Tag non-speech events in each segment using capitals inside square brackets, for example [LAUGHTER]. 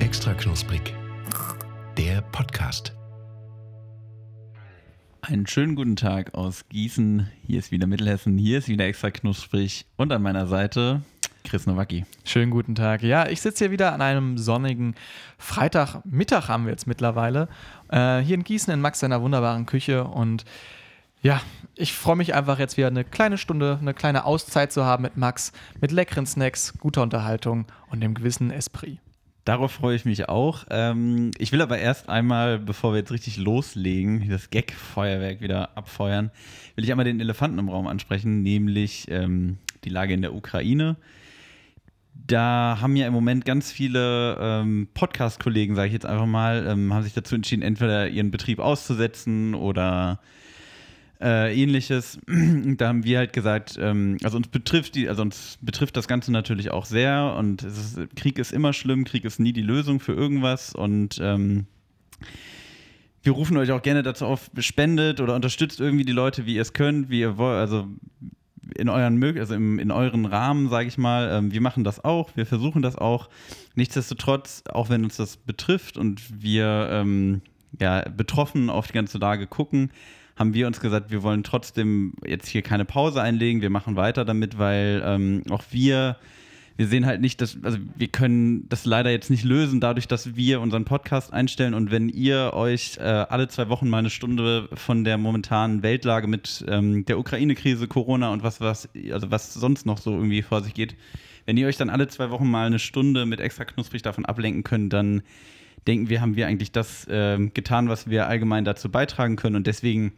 Extra knusprig. Der Podcast. Einen schönen guten Tag aus Gießen. Hier ist wieder Mittelhessen. Hier ist wieder extra knusprig. Und an meiner Seite Chris Nowacki. Schönen guten Tag. Ja, ich sitze hier wieder an einem sonnigen Freitagmittag, haben wir jetzt mittlerweile, äh, hier in Gießen in Max seiner wunderbaren Küche. Und ja, ich freue mich einfach jetzt wieder eine kleine Stunde, eine kleine Auszeit zu haben mit Max, mit leckeren Snacks, guter Unterhaltung und dem gewissen Esprit. Darauf freue ich mich auch. Ähm, ich will aber erst einmal, bevor wir jetzt richtig loslegen, das Gag-Feuerwerk wieder abfeuern, will ich einmal den Elefanten im Raum ansprechen, nämlich ähm, die Lage in der Ukraine. Da haben ja im Moment ganz viele ähm, Podcast-Kollegen, sage ich jetzt einfach mal, ähm, haben sich dazu entschieden, entweder ihren Betrieb auszusetzen oder äh, ähnliches. [CLEARS THROAT] da haben wir halt gesagt, ähm, also uns betrifft die, also uns betrifft das Ganze natürlich auch sehr und es ist, Krieg ist immer schlimm, Krieg ist nie die Lösung für irgendwas und ähm, wir rufen euch auch gerne dazu auf, spendet oder unterstützt irgendwie die Leute, wie ihr es könnt, wie ihr wollt, also in euren Mög also im, in euren Rahmen, sage ich mal. Ähm, wir machen das auch, wir versuchen das auch. Nichtsdestotrotz, auch wenn uns das betrifft und wir ähm, ja, betroffen auf die ganze Lage gucken, haben wir uns gesagt, wir wollen trotzdem jetzt hier keine Pause einlegen, wir machen weiter damit, weil ähm, auch wir, wir sehen halt nicht, dass, also wir können das leider jetzt nicht lösen, dadurch, dass wir unseren Podcast einstellen und wenn ihr euch äh, alle zwei Wochen mal eine Stunde von der momentanen Weltlage mit ähm, der Ukraine-Krise, Corona und was, was, also was sonst noch so irgendwie vor sich geht, wenn ihr euch dann alle zwei Wochen mal eine Stunde mit extra knusprig davon ablenken könnt, dann denken wir, haben wir eigentlich das ähm, getan, was wir allgemein dazu beitragen können. Und deswegen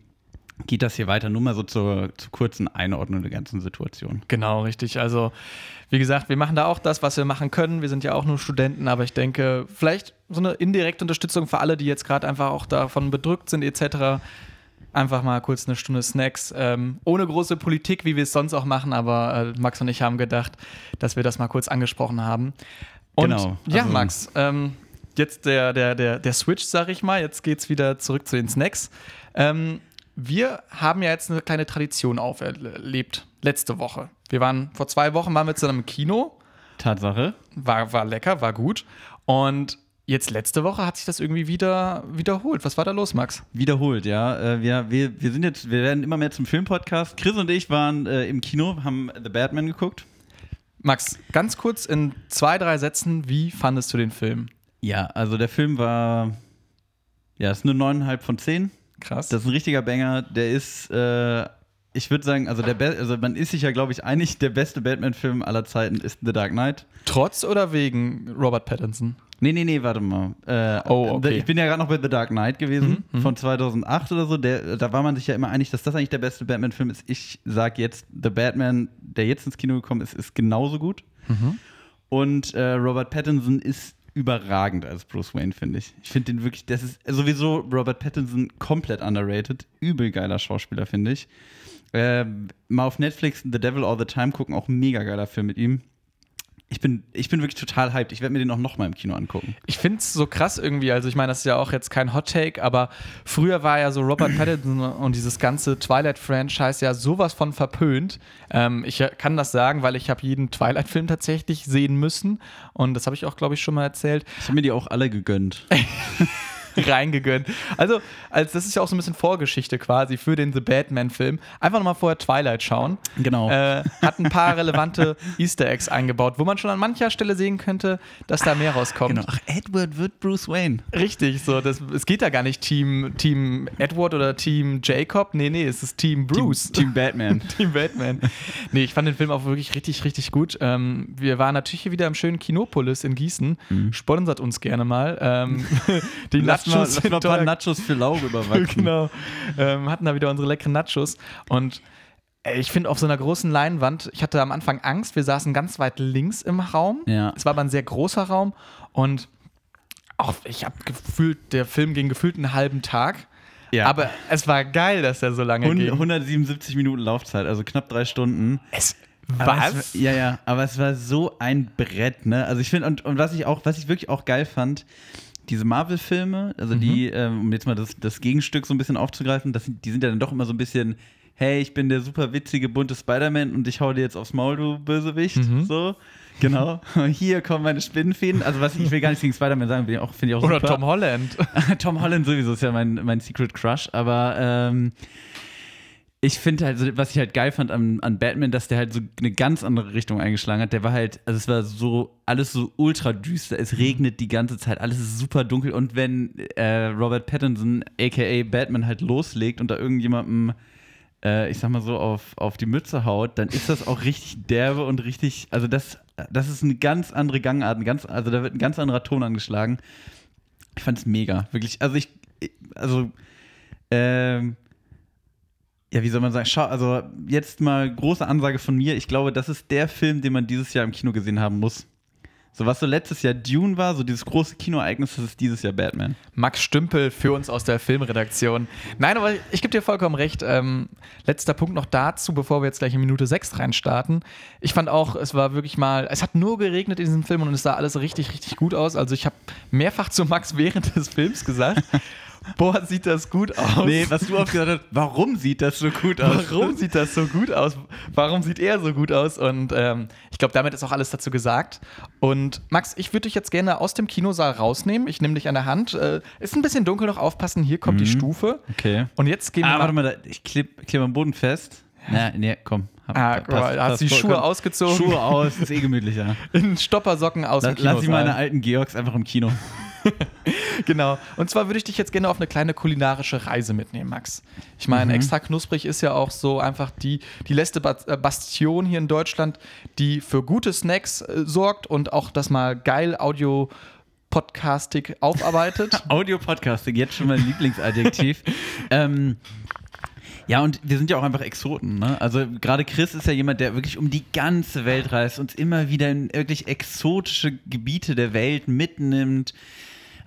geht das hier weiter, nur mal so zur, zur kurzen Einordnung der ganzen Situation. Genau, richtig. Also, wie gesagt, wir machen da auch das, was wir machen können. Wir sind ja auch nur Studenten, aber ich denke, vielleicht so eine indirekte Unterstützung für alle, die jetzt gerade einfach auch davon bedrückt sind, etc. Einfach mal kurz eine Stunde Snacks. Ähm, ohne große Politik, wie wir es sonst auch machen, aber äh, Max und ich haben gedacht, dass wir das mal kurz angesprochen haben. Und, Genau. Ja, Also- Max, ähm, jetzt der, der, der, der Switch, sag ich mal. Jetzt geht's wieder zurück zu den Snacks. Ähm, wir haben ja jetzt eine kleine Tradition auferlebt. Letzte Woche. Wir waren, vor zwei Wochen waren wir zusammen im Kino. Tatsache. War, war lecker, war gut. Und jetzt letzte Woche hat sich das irgendwie wieder wiederholt. Was war da los, Max? Wiederholt, ja. Äh, Wir, wir, wir sind jetzt, wir werden immer mehr zum Filmpodcast. Chris und ich waren äh, im Kino, haben The Batman geguckt. Max, ganz kurz in zwei, drei Sätzen, wie fandest du den Film? Ja, also der Film war, ja, ist eine neuneinhalb von zehn. Krass. Das ist ein richtiger Banger. Der ist, äh, ich würde sagen, also der, Be also man ist sich ja, glaube ich, einig, der beste Batman-Film aller Zeiten ist The Dark Knight. Trotz oder wegen Robert Pattinson? Nee, nee, nee, warte mal. Äh, Oh, okay. Mhm, Ich bin ja gerade noch bei The Dark Knight gewesen, von 2008 oder so. Der, da war man sich ja immer einig, dass das eigentlich der beste Batman-Film ist. Ich sag jetzt, The Batman, der jetzt ins Kino gekommen ist, ist genauso gut. Mhm. Und äh, Robert Pattinson ist überragend als Bruce Wayne, finde ich. Ich finde den wirklich, das ist sowieso Robert Pattinson komplett underrated. Übel geiler Schauspieler, finde ich. Ähm, mal auf Netflix The Devil All the Time gucken, auch ein mega geiler Film mit ihm. Ich bin, ich bin wirklich total hyped. Ich werde mir den auch nochmal im Kino angucken. Ich finde es so krass irgendwie. Also, ich meine, das ist ja auch jetzt kein Hot Take, aber früher war ja so Robert Pattinson und dieses ganze Twilight-Franchise ja sowas von verpönt. Ähm, ich kann das sagen, weil ich habe jeden Twilight-Film tatsächlich sehen müssen. Und das habe ich auch, glaube ich, schon mal erzählt. [LAUGHS] Ich habe mir die auch alle gegönnt. reingegönnt. Also, als das ist ja auch so ein bisschen Vorgeschichte quasi für den The Batman-Film. Einfach nochmal vorher Twilight schauen. [LAUGHS] Genau. Äh, hat ein paar relevante Easter Eggs eingebaut, wo man schon an mancher Stelle sehen könnte, dass da mehr rauskommt. Ach, Edward wird Bruce Wayne. Richtig, so, das, es geht da gar nicht Team, Team Edward oder Team Jacob. Nee, nee, es ist Team Bruce. Team Batman. [LAUGHS] [LAUGHS] Team Batman. Nee, ich fand den Film auch wirklich richtig, richtig gut. Ähm, wir waren natürlich hier wieder im schönen Kinopolis in Gießen. Sponsert uns gerne mal. [LAUGHS] Ähm, die Mhm. Lass mal, lass Nachos mal sind ein paar teuer. Nachos für Laube [LAUGHS] [LAUGHS] überwachsen. genau. Ähm, hatten da wieder unsere leckeren Nachos. Und ey, ich finde, auf so einer großen Leinwand, ich hatte am Anfang Angst, wir saßen ganz weit links im Raum. Ja. Es war aber ein sehr großer Raum. Und auch, ich habe gefühlt, der Film ging gefühlt einen halben Tag. Ja. Aber es war geil, dass er so lange Hund- ging. 177 Minuten Laufzeit, also knapp drei Stunden. Es, Aber was? Es, war- ja, ja, aber es war so ein Brett, ne? Also ich finde, und, und was ich auch, was ich wirklich auch geil fand, diese Marvel-Filme, also die, Mhm. ähm, um jetzt mal das, das Gegenstück so ein bisschen aufzugreifen, das, sind- die sind ja dann doch immer so ein bisschen, hey, ich bin der super witzige, bunte Spider-Man und ich hau dir jetzt aufs Maul, du Bösewicht. Mhm. So, [LAUGHS] genau. Hier kommen meine Spinnenfäden. Also, was ich will gar nichts gegen Spider-Man sagen, bin ich auch- finde ich auch Oder super. Tom Holland. [LAUGHS] Tom Holland sowieso ist ja mein, mein Secret Crush, aber ähm, ich finde halt, so, was ich halt geil fand an, an Batman, dass der halt so eine ganz andere Richtung eingeschlagen hat. Der war halt, also es war so, alles so ultra düster, es regnet die ganze Zeit, alles ist super dunkel und wenn äh, Robert Pattinson, aka Batman, halt loslegt und da irgendjemandem äh, ich sag mal so, auf, auf die Mütze haut, dann ist das auch richtig derbe und richtig, also das, das ist eine ganz andere Gangart, ein ganz, also da wird ein ganz anderer Ton angeschlagen. Ich fand es mega, wirklich. Also ich, ich- also, ähm, ja, wie soll man sagen? Schau, also jetzt mal große Ansage von mir. Ich glaube, das ist der Film, den man dieses Jahr im Kino gesehen haben muss. So was so letztes Jahr Dune war, so dieses große Kinoereignis, das ist dieses Jahr Batman. Max Stümpel für uns aus der Filmredaktion. Nein, aber ich gebe dir vollkommen recht. Ähm, letzter Punkt noch dazu, bevor wir jetzt gleich in Minute 6 reinstarten. Ich fand auch, es war wirklich mal, es hat nur geregnet in diesem Film und es sah alles richtig, richtig gut aus. Also ich habe mehrfach zu Max während des Films gesagt, boah, sieht das gut aus. Nee, was du oft gesagt hast, warum sieht das so gut aus? Warum sieht das so gut aus? Warum sieht er so gut aus? Und ähm, ich glaube, damit ist auch alles dazu gesagt. Und Max, ich würde dich jetzt gerne aus dem Kinosaal rausnehmen. Ich nehme dich an der Hand. Äh, ist ein bisschen dunkel noch aufpassen. Hier kommt die Stufe. Okay. Und jetzt gehen Mhm. Ah, wir warte mal, da, ich klebe kleb am Boden fest. Na, nee, komm. Hab, Ah, guck mal, hast die Schuhe vollkommen. ausgezogen? Schuhe aus, [LAUGHS] ist eh gemütlicher. in Stoppersocken aus Lass, dem lass ich meine Kinosaal. alten Georgs einfach im Kino. Genau. Und zwar würde ich dich jetzt gerne auf eine kleine kulinarische Reise mitnehmen, Max. Ich meine, extra knusprig ist ja auch so einfach die, die letzte Ba- äh, Bastion hier in Deutschland, die für gute Snacks äh, sorgt und auch das mal geil Audio podcastig aufarbeitet. [LAUGHS] Audio-Podcasting, jetzt schon mein Lieblingsadjektiv. ähm, ja, und wir sind ja auch einfach Exoten. Ne? Also gerade Chris ist ja jemand, der wirklich um die ganze Welt reist, uns immer wieder in wirklich exotische Gebiete der Welt mitnimmt.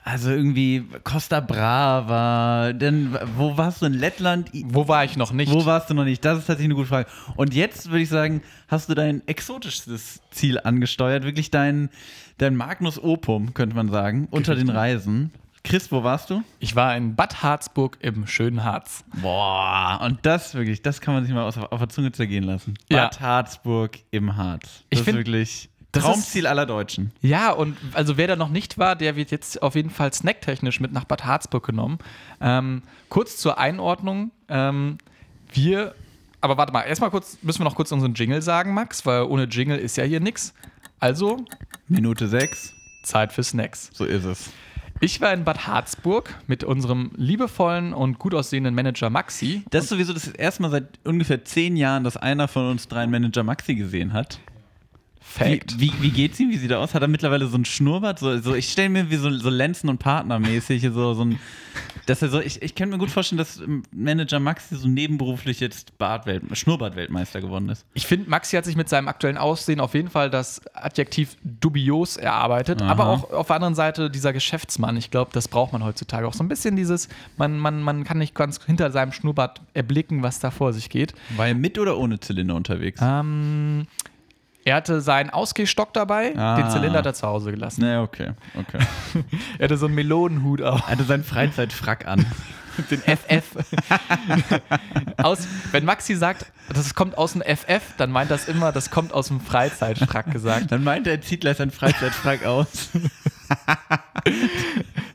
Also irgendwie Costa Brava, denn wo warst du in Lettland? I- Wo war ich noch nicht? Wo warst du noch nicht? Das ist tatsächlich eine gute Frage. Und jetzt würde ich sagen, hast du dein exotisches Ziel angesteuert, wirklich dein, dein Magnus Opum, könnte man sagen, unter den Reisen. Chris, wo warst du? ich war in Bad Harzburg im schönen Harz. Boah, und das wirklich, das kann man sich mal aus, auf der Zunge zergehen lassen. Ja. Bad Harzburg im Harz. Das Ich ist find- wirklich das ist- Traumziel aller Deutschen. Ja, und also wer da noch nicht war, der wird jetzt auf jeden Fall snacktechnisch mit nach Bad Harzburg genommen. Ähm, kurz zur Einordnung. Ähm, wir, aber warte mal, erstmal kurz, müssen wir noch kurz unseren Jingle sagen, Max, weil ohne Jingle ist ja hier nix. Also, Minute 6, Zeit für Snacks. so ist es. Ich war in Bad Harzburg mit unserem liebevollen und gut aussehenden Manager Maxi. Das ist sowieso das erste Mal seit ungefähr zehn Jahren, dass einer von uns dreien Manager Maxi gesehen hat. Wie, Fact. wie, wie geht's ihm? Wie sieht er aus? Hat er mittlerweile so einen Schnurrbart? So, so, ich stelle mir wie so, so Lenzen und Partnermäßig so, so ein. Dass er so, ich, ich kann mir gut vorstellen, dass ähm, Manager Maxi so nebenberuflich jetzt Bartwelt, Schnurrbart-Weltmeister geworden ist. Ich finde, Maxi hat sich mit seinem aktuellen Aussehen auf jeden Fall das Adjektiv dubios erarbeitet, aber auch auf der anderen Seite dieser Geschäftsmann. Ich glaube, das braucht man heutzutage auch so ein bisschen dieses, man, man, man kann nicht ganz hinter seinem Schnurrbart erblicken, was da vor sich geht. Weil mit oder ohne Zylinder unterwegs? Ähm, er hatte seinen Ausgehstock dabei, den Ah. Zylinder hat er zu Hause gelassen. Naja, okay, okay. Er hatte so einen Melonenhut auf. Hatte seinen Freizeitfrack an. den FF. aus, wenn Maxi sagt, das kommt aus dem FF, dann meint das immer, das kommt aus dem Freizeitfrack gesagt. Dann meinte er, zieht gleich seinen Freizeitfrack aus.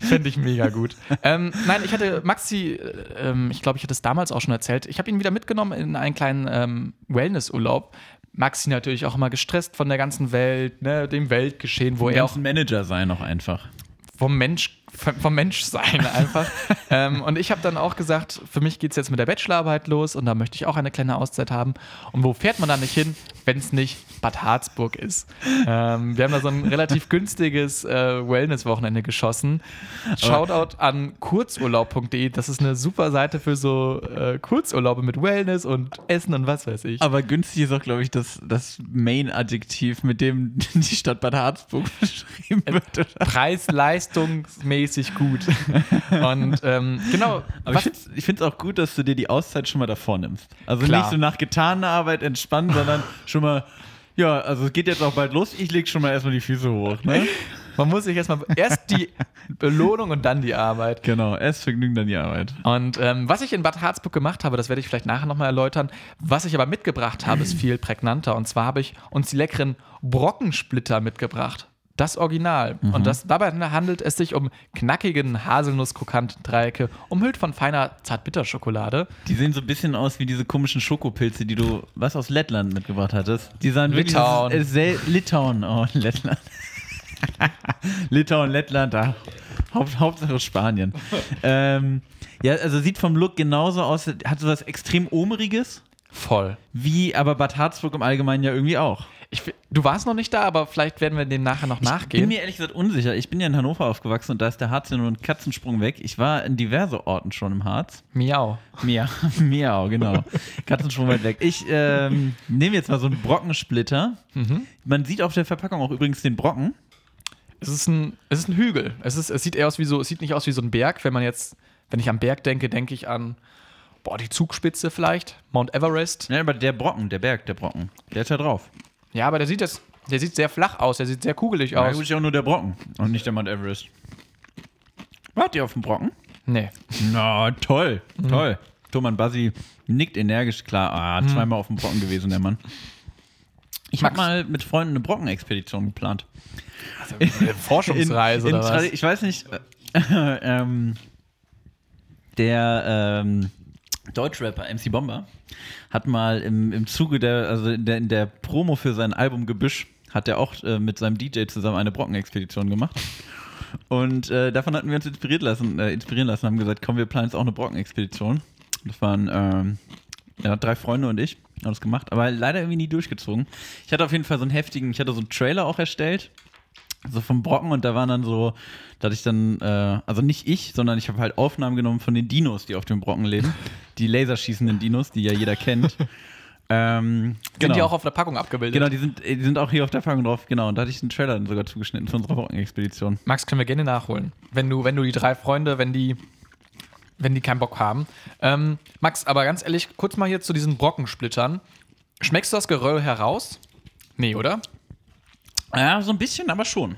Finde ich mega gut. ähm, nein, ich hatte Maxi, äh, ähm, ich glaube, ich hatte es damals auch schon erzählt. Ich habe ihn wieder mitgenommen in einen kleinen ähm, Wellnessurlaub. Maxi natürlich auch immer gestresst von der ganzen Welt, ne, dem Weltgeschehen, wo er auch ein Manager sein noch einfach. vom Mensch vom Menschsein [LAUGHS] einfach. ähm, und ich habe dann auch gesagt, für mich geht es jetzt mit der Bachelorarbeit los und da möchte ich auch eine kleine Auszeit haben. Und wo fährt man da nicht hin, wenn es nicht Bad Harzburg ist? Ähm, wir haben da so ein relativ günstiges äh, Wellness-Wochenende geschossen. Shoutout an kurzurlaub.de. Das ist eine super Seite für so äh, Kurzurlaube mit Wellness und Essen und was weiß ich. Aber günstig ist auch, glaube ich, das, das Main-Adjektiv, mit dem die Stadt Bad Harzburg [LAUGHS] beschrieben wird. Oder? Preis-leistungsmäßig gut. [LAUGHS] Und ähm, genau. Aber ich find's- ich finde es auch gut, dass du dir die Auszeit schon mal davor nimmst. Also Klar. nicht so nach getaner Arbeit entspannen, sondern schon mal, ja, also es geht jetzt auch bald los, ich leg schon mal erstmal die Füße hoch. Ne? Man muss sich erstmal erst die Belohnung und dann die Arbeit. Genau, erst Vergnügen, dann die Arbeit. Und ähm, was ich in Bad Harzburg gemacht habe, das werde ich vielleicht nachher nochmal erläutern. Was ich aber mitgebracht habe, ist viel prägnanter. Und zwar habe ich uns die leckeren Brockensplitter mitgebracht. Das Original. Mhm. Und das, dabei handelt es sich um knackigen Haselnuss-Krokanten-Dreiecke, umhüllt von feiner Zartbitterschokolade. Die sehen so ein bisschen aus wie diese komischen Schokopilze, die du, was aus Lettland mitgebracht hattest. Die sahen Litauen. wirklich. Äh, sel- Litauen. Oh, Lettland. [LAUGHS] Litauen, Lettland, da. Haupt, Hauptsache Spanien. ähm, ja, also sieht vom Look genauso aus, hat so was extrem Omeriges, Voll. wie aber Bad Harzburg im Allgemeinen ja irgendwie auch. Ich, fi- du warst noch nicht da, aber vielleicht werden wir dem nachher noch Ich bin nachgehen. mir ehrlich gesagt unsicher. Ich bin ja in Hannover aufgewachsen und da ist der Harz ja nur ein Katzensprung weg. Ich war in diverse Orten schon im Harz. Miau. [LAUGHS] Miau, miau, genau. Katzensprung weit weg. Ich ähm, nehme jetzt mal so einen Brockensplitter. Man sieht auf der Verpackung auch übrigens den Brocken. Es ist ein, es ist ein Hügel. Es, ist, es sieht eher aus wie so, es sieht nicht aus wie so ein Berg. Wenn man jetzt, wenn ich an Berg denke, denke ich an, boah, die Zugspitze vielleicht, Mount Everest. Ja, aber der Brocken, der Berg, der Brocken, der ist ja drauf. Ja, aber der sieht das, der sieht sehr flach aus, der sieht sehr kugelig Da aus. ist ja auch nur der Brocken und nicht der Mount Everest. Wart ihr auf dem Brocken? Nee. Na, toll, Mhm. toll. Thomas Bassi nickt energisch, klar. Ah, zweimal auf dem Brocken gewesen, der Mann. Ich habe Max. mal mit Freunden eine Brockenexpedition geplant. Eine [LAUGHS] Forschungsreise in, in oder Tradi- was? Ich weiß nicht. Äh, [LAUGHS] ähm, der ähm, Deutschrapper MC Bomber hat mal im, im Zuge der, also in der, in der Promo für sein Album Gebüsch, hat er auch äh, mit seinem DJ zusammen eine Brockenexpedition gemacht. Und äh, davon hatten wir uns inspiriert lassen, äh, inspirieren lassen, haben gesagt, komm, wir planen jetzt auch eine Brockenexpedition. Das waren ähm, ja, drei Freunde und ich haben das gemacht, aber leider irgendwie nie durchgezogen. Ich hatte auf jeden Fall so einen heftigen, ich hatte so einen Trailer auch erstellt so vom Brocken und da waren dann so, da hatte ich dann, äh, also nicht ich, sondern ich habe halt Aufnahmen genommen von den Dinos, die auf dem Brocken leben. Die laserschießenden Dinos, die ja jeder [LAUGHS] kennt. ähm, Sind genau. die auch auf der Packung abgebildet? Genau, die sind, äh, die sind auch hier auf der Fahndung drauf, genau. Und da hatte ich einen Trailer dann sogar zugeschnitten von unserer Brockenexpedition. Max, können wir gerne nachholen. Wenn du, wenn du die drei Freunde, wenn die, wenn die keinen Bock haben. Ähm, Max, aber ganz ehrlich, kurz mal hier zu diesen Brockensplittern. Schmeckst du das Geröll heraus? Nee, oder? Ja, so ein bisschen, aber schon.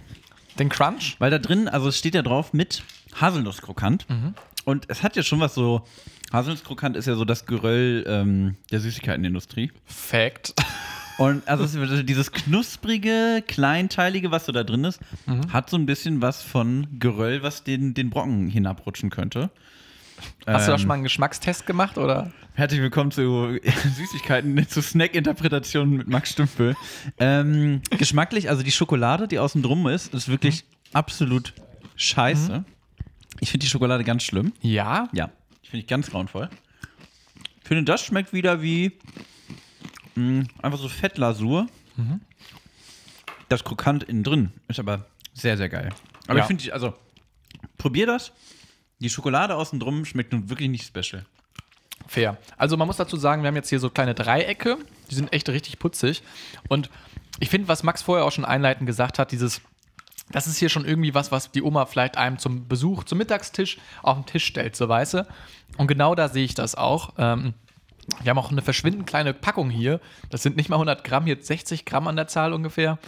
Den Crunch? Weil da drin, also es steht ja drauf mit Haselnusskrokant. Und es hat ja schon was so, Haselnusskrokant ist ja so das Geröll ähm, der Süßigkeitenindustrie. Fact. Und also es ist dieses knusprige, kleinteilige, was so da drin ist, hat so ein bisschen was von Geröll, was den, den Brocken hinabrutschen könnte. Hast du da Ähm, schon mal einen Geschmackstest gemacht oder? Herzlich willkommen zu [LAUGHS] Süßigkeiten, zu Snack-Interpretationen mit Max Stümpel. ähm, geschmacklich, also die Schokolade, die außen drum ist, ist wirklich absolut scheiße. Ich finde die Schokolade ganz schlimm. Ja. Ja, ich finde ich ganz grauenvoll. Ich finde, das schmeckt wieder wie mh, einfach so Fettlasur. Das Krokant innen drin ist aber sehr, sehr geil. Aber Ja. ich finde, die- also probier das. Die Schokolade außen drum schmeckt nun wirklich nicht special. Fair. Also man muss dazu sagen, wir haben jetzt hier so kleine Dreiecke, die sind echt richtig putzig. Und ich finde, was Max vorher auch schon einleitend gesagt hat, dieses, das ist hier schon irgendwie was, was die Oma vielleicht einem zum Besuch, zum Mittagstisch auf den Tisch stellt, so weißt du. Und genau da sehe ich das auch. Ähm, wir haben auch eine verschwindend kleine Packung hier. Das sind nicht mal 100 Gramm, jetzt 60 Gramm an der Zahl ungefähr.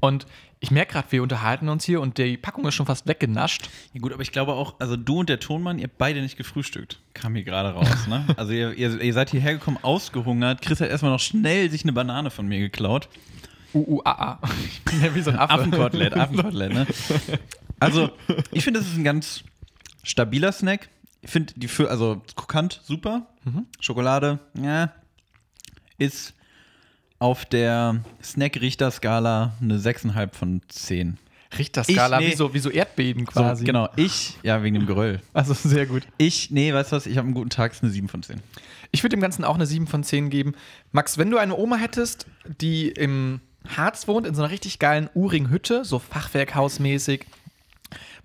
Und ich merke gerade, wir unterhalten uns hier und die Packung ist schon fast weggenascht. Ja gut, aber ich glaube auch, also du und der Tonmann, ihr habt beide nicht gefrühstückt. Kam hier gerade raus, [LAUGHS] ne? Also ihr, ihr, ihr seid hierher gekommen, ausgehungert. Chris hat erstmal noch schnell sich eine Banane von mir geklaut. [LAUGHS] UUAA. Ich bin ja wie so ein Affe. Affenkotelett, Affenkotelett, [LAUGHS] ne? Also, ich finde, das ist ein ganz stabiler Snack. Ich finde die für, also Krokant super. Mhm. Schokolade, ja, ist auf der Snack-Richter-Skala eine 6,5 von 10. Richterskala, Ich- nee. wie, so, wie so Erdbeben So, quasi. genau, ich, ja, wegen dem Geröll. Also sehr gut. Ich, nee, weißt du was, ich habe einen guten Tag, ist eine 7 von 10. Ich würde dem Ganzen auch eine 7 von 10 geben. Max, wenn du eine Oma hättest, die im Harz wohnt, in so einer richtig geilen Uring-Hütte, so Fachwerkhausmäßig,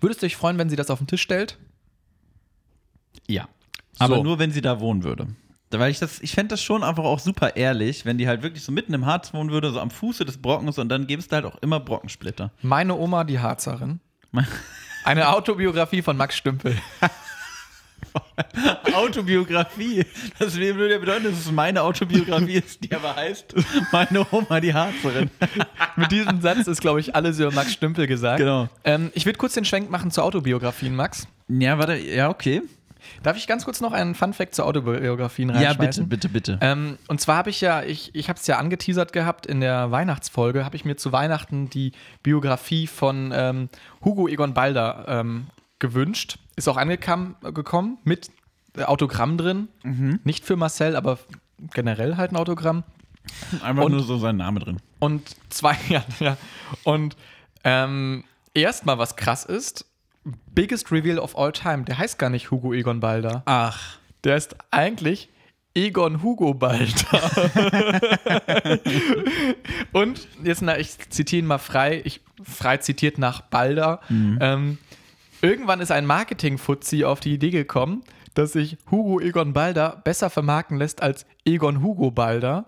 würdest du dich freuen, wenn sie das auf den Tisch stellt? Ja. Aber So. nur, wenn sie da wohnen würde. Da- Weil ich das, ich fände das schon einfach auch super ehrlich, wenn die halt wirklich so mitten im Harz wohnen würde, so am Fuße des Brockens und dann gäbe es da halt auch immer Brockensplitter. [LAUGHS] Meine Oma, die Harzerin. Eine Autobiografie von Max Stümpel. [LAUGHS] Autobiografie. Das würde ja bedeuten, dass es meine Autobiografie ist, die aber heißt Meine Oma, die Harzerin. Mit diesem Satz ist, glaube ich, alles über Max Stümpel gesagt. Genau. Ähm, ich würde kurz den Schwenk machen zu Autobiografien, Max. Ja, warte, ja, okay. Darf ich ganz kurz noch einen Fun-Fact zu Autobiografien Ja, reinschmeißen? bitte, bitte, bitte. Ähm, und zwar habe ich ja, ich, ich habe es ja angeteasert gehabt in der Weihnachtsfolge, habe ich mir zu Weihnachten die Biografie von ähm, Hugo Egon Balder ähm, gewünscht. Ist auch angekommen gekommen mit Autogramm drin. Mhm. Nicht für Marcel, aber generell halt ein Autogramm. Einfach und- nur so sein Name drin. Und zwei, [LAUGHS] ja, ja. Und ähm, erstmal, was krass ist, Biggest Reveal of All Time, der heißt gar nicht Hugo Egon Balder. Ach. Der ist eigentlich Egon Hugo Balder. [LAUGHS] Und jetzt, na, ich zitiere ihn mal frei, ich frei zitiert nach Balder. Mhm. Ähm, irgendwann ist ein Marketing-Fuzzi auf die Idee gekommen, dass sich Hugo Egon Balder besser vermarkten lässt als Egon Hugo Balder.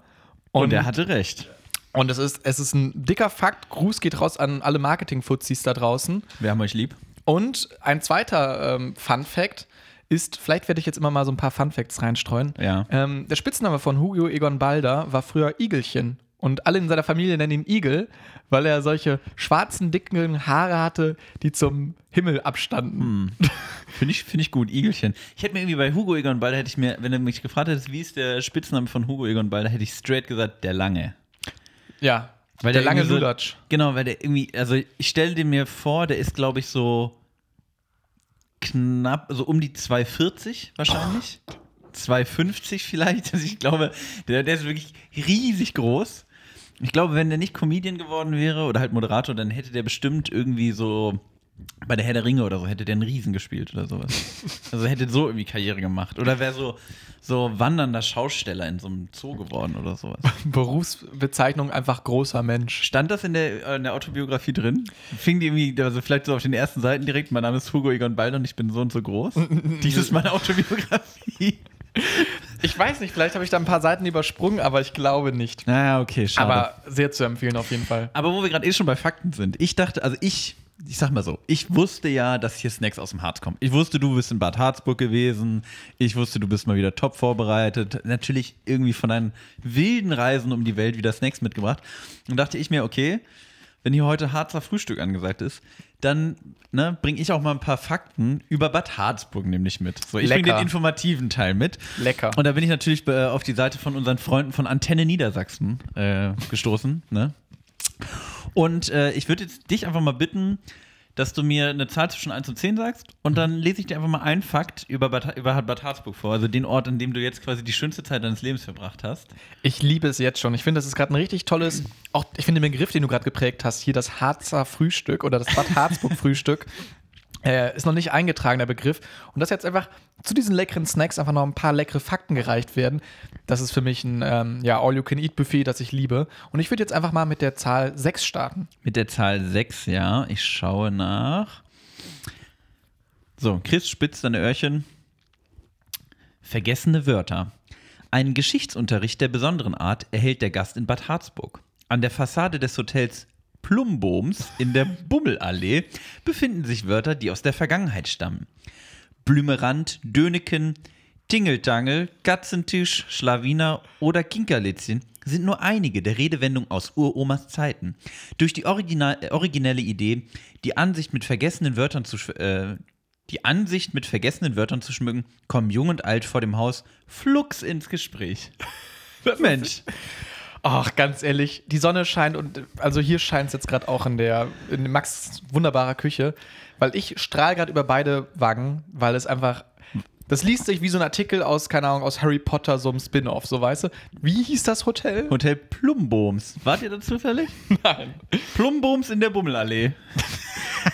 Und, er hatte recht. und es ist, es ist ein dicker Fakt. Gruß geht raus an alle Marketing-Fuzzis da draußen. Wir haben euch lieb. Und ein zweiter ähm, Fun Fact ist, vielleicht werde ich jetzt immer mal so ein paar Fun Facts reinstreuen. Ja. Ähm, der Spitzname von Hugo Egon Balder war früher Igelchen. Und alle in seiner Familie nennen ihn Igel, weil er solche schwarzen, dicken Haare hatte, die zum Himmel abstanden. Finde ich, find ich gut, Igelchen. Ich hätte mir irgendwie bei Hugo Egon Balder, hätte ich mir, wenn du mich gefragt hättest, wie ist der Spitzname von Hugo Egon Balder, hätte ich straight gesagt, der Lange. Ja, Weil der, der lange irgendwie so- Lulatsch. Genau, weil der irgendwie, also ich stelle dir mir vor, der ist, glaube ich, so knapp, so um die 240 wahrscheinlich. 250 vielleicht. Also ich glaube, der, der ist wirklich riesig groß. Ich glaube, wenn der nicht Comedian geworden wäre oder halt Moderator, dann hätte der bestimmt irgendwie so bei der Herr der Ringe oder so, hätte der einen Riesen gespielt oder sowas. Also hätte so irgendwie Karriere gemacht. Oder wäre so, so wandernder Schausteller in so einem Zoo geworden oder sowas. Berufsbezeichnung einfach großer Mensch. Stand das in der, äh, in der Autobiografie drin? Fing die irgendwie, also vielleicht so auf den ersten Seiten direkt, mein Name ist Hugo Egon Balder und ich bin so und so [LAUGHS] groß. Dies ist meine Autobiografie. Ich weiß nicht, vielleicht habe ich da ein paar Seiten übersprungen, aber ich glaube nicht. Naja, okay, schade. Aber, Aber sehr zu empfehlen auf jeden Fall. aber wo wir gerade eh schon bei Fakten sind, ich dachte, also ich, ich sag mal so, ich wusste ja, dass hier Snacks aus dem Harz kommen. Ich wusste, du bist in Bad Harzburg gewesen. Ich wusste, du bist mal wieder top vorbereitet. Natürlich irgendwie von deinen wilden Reisen um die Welt wieder Snacks mitgebracht. Und dachte ich mir, okay, wenn hier heute Harzer Frühstück angesagt ist, dann ne, bringe ich auch mal ein paar Fakten über Bad Harzburg nämlich mit. So, ich bringe Lecker. den informativen Teil mit. Lecker. Und da bin ich natürlich äh, auf die Seite von unseren Freunden von Antenne Niedersachsen äh, gestoßen. Ne? Und äh, ich würde jetzt dich einfach mal bitten, dass du mir eine Zahl zwischen 1 und 10 sagst und dann lese ich dir einfach mal einen Fakt über Bad, über Bad Harzburg vor, also den Ort, an dem du jetzt quasi die schönste Zeit deines Lebens verbracht hast. Ich liebe es jetzt schon. Ich finde, das ist gerade ein richtig tolles, auch ich finde den Begriff, den du gerade geprägt hast, hier das Harzer Frühstück oder das Bad Harzburg [LAUGHS] Frühstück, äh, ist noch nicht eingetragen, der Begriff. Und dass jetzt einfach zu diesen leckeren Snacks einfach noch ein paar leckere Fakten gereicht werden, das ist für mich ein ähm, ja, All-You-Can-Eat-Buffet, das ich liebe. Und ich würde jetzt einfach mal mit der Zahl 6 starten. Mit der Zahl 6, ja. Ich schaue nach. So, Chris spitzt seine Öhrchen. Vergessene Wörter. Einen Geschichtsunterricht der besonderen Art erhält der Gast in Bad Harzburg. An der Fassade des Hotels Plumboms in der Bummelallee befinden sich Wörter, die aus der Vergangenheit stammen. Blümerand, Döneken, Tingeltangel, Katzentisch, Schlawiner oder Kinkerlitzchen sind nur einige der Redewendungen aus Uromas Zeiten. Durch die original, äh, originelle Idee, die Ansicht mit vergessenen Wörtern zu sch- äh, die Ansicht mit vergessenen Wörtern zu schmücken, kommen jung und alt vor dem Haus flugs ins Gespräch. Mensch, Ach, ganz ehrlich, die Sonne scheint und also hier scheint es jetzt gerade auch in der in Max wunderbarer Küche, weil ich strahle gerade über beide Wangen, weil es einfach das liest sich wie so ein Artikel aus, keine Ahnung, aus Harry Potter, so einem Spin-off, so weißt du. Wie hieß das Hotel? Hotel Plumboms. Wart ihr da zufällig? Nein. Plumboms in der Bummelallee.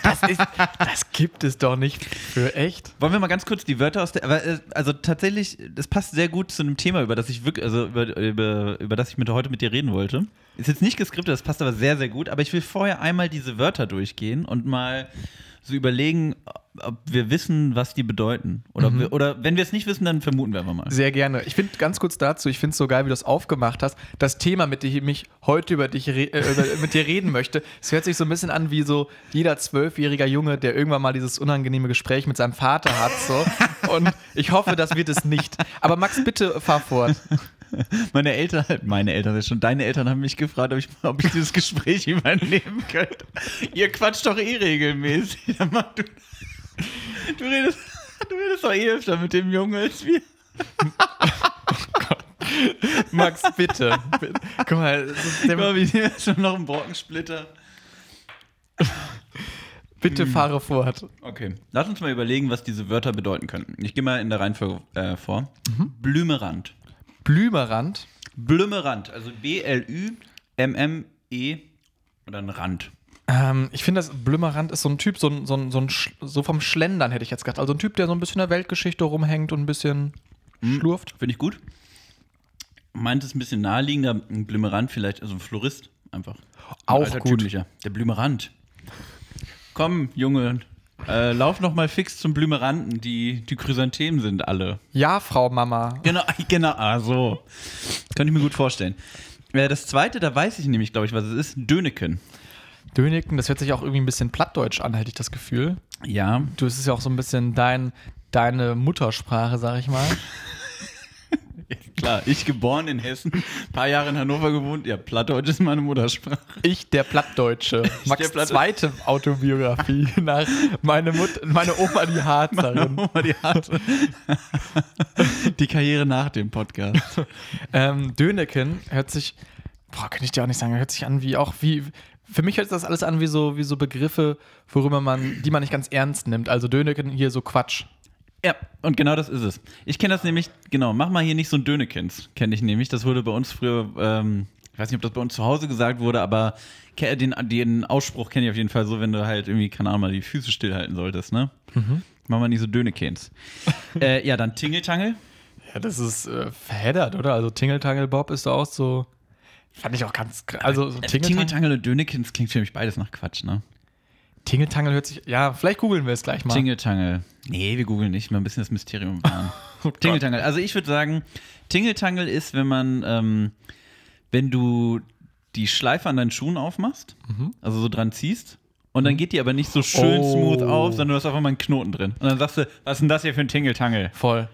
Das, ist, das gibt es doch nicht für echt. Wollen wir mal ganz kurz die Wörter aus der. aber, äh, Also tatsächlich, das passt sehr gut zu einem Thema, über das ich wirklich, also über, über, über das ich mit, heute mit dir reden wollte. Ist jetzt nicht geskriptet, das passt aber sehr, sehr gut. Aber ich will vorher einmal diese Wörter durchgehen und mal so überlegen, ob wir wissen, was die bedeuten. Oder, ob wir, oder wenn wir es nicht wissen, dann vermuten wir einfach mal. Sehr gerne. Ich finde ganz kurz dazu, ich finde es so geil, wie du es aufgemacht hast. Das Thema, mit dem ich heute über dich re- äh, über, mit dir reden möchte, es hört sich so ein bisschen an wie so jeder zwölfjähriger Junge, der irgendwann mal dieses unangenehme Gespräch mit seinem Vater hat. So. Und ich hoffe, das wird es nicht. Aber Max, bitte fahr fort. Meine Eltern, [LAUGHS] meine Eltern, schon deine Eltern haben mich gefragt, ob ich, ob ich dieses Gespräch [LAUGHS] übernehmen könnte. Ihr quatscht doch eh regelmäßig. [LAUGHS] Dann mach Du, du, redest, du redest doch eh öfter mit dem Jungen als wir. Max, bitte. bitte. Guck mal, das ist der, Immer wieder [LAUGHS] schon noch ein Brockensplitter. bitte fahre fort. Okay, lass uns mal überlegen, was diese Wörter bedeuten könnten. Ich gehe mal in der Reihenfolge äh, vor. Blümerand. Blümerand. Blümerand, also B-L-Ü-M-M-E E und dann Rand. Ähm, ich finde, das Blümerand ist so ein Typ, so, ein, so, ein, so, ein, Sch- so vom Schlendern hätte ich jetzt gedacht. Also ein Typ, der so ein bisschen in der Weltgeschichte rumhängt und ein bisschen schlurft. Finde ich gut. Meint es ein bisschen naheliegender, ein Blümerand vielleicht, also ein Florist einfach. Ein Auch alter gut. Tümlicher. Der Blümerand. Komm, Junge, äh, lauf noch mal fix zum Blümeranden, die, die Chrysanthemen sind alle. Ja, Frau Mama. Genau, [LAUGHS] genau, ah, so. Könnte ich mir gut vorstellen. Äh, Das zweite, da weiß ich nämlich, glaube ich, was es ist. Döneken. Dönigten, das hört sich auch irgendwie ein bisschen plattdeutsch an, hätte ich das Gefühl. Ja. Du, es ist ja auch so ein bisschen dein, deine Muttersprache, sag ich mal. Klar, ich geboren in Hessen, ein paar Jahre in Hannover gewohnt. Ja, Plattdeutsch ist meine Muttersprache. [LAUGHS] Ich, der Plattdeutsche. Max' der Platt- zweite Autobiografie [LAUGHS] nach meine, Mut meine Oma, die Harzerin. Guck mal, Die, Art. [LAUGHS] die Karriere nach dem Podcast. Ähm, Döneken hört sich, boah, kann ich dir auch nicht sagen, hört sich an wie auch wie. Für mich hört sich das alles an wie so, wie so Begriffe, worüber man, die man nicht ganz ernst nimmt. Also Döneken hier so Quatsch. Ja, und genau das ist es. Ich kenne das nämlich, genau, mach mal hier nicht so ein Dönekens, kenne ich nämlich. Das wurde bei uns früher, ähm, ich weiß nicht, ob das bei uns zu Hause gesagt wurde, aber ke- den, den Ausspruch kenne ich auf jeden Fall so, wenn du halt irgendwie, keine Ahnung, mal die Füße stillhalten solltest, ne? Mach mal nicht so Dönekens. äh, ja, dann Tingeltangel. Ja, das ist äh, verheddert, oder? Also Tingeltangel Bob ist da auch so. Fand ich auch ganz. kr- Also so Tingeltangel. Tingeltangel, Tingeltangel und Dönekens klingt für mich beides nach Quatsch, ne? Tingeltangel hört sich. Ja, vielleicht googeln wir es gleich mal. Tingeltangel. Nee, wir googeln nicht, mal ein bisschen das [LAUGHS] Mysterium wahren. Tingeltangel. Also ich würde sagen, Tingeltangel ist, wenn man, ähm, wenn du die Schleife an deinen Schuhen aufmachst, also so dran ziehst, und dann geht die aber nicht so schön Oh. smooth auf, sondern du hast einfach mal einen Knoten drin. Und dann sagst du, was ist denn das hier für ein Tingeltangel? Voll.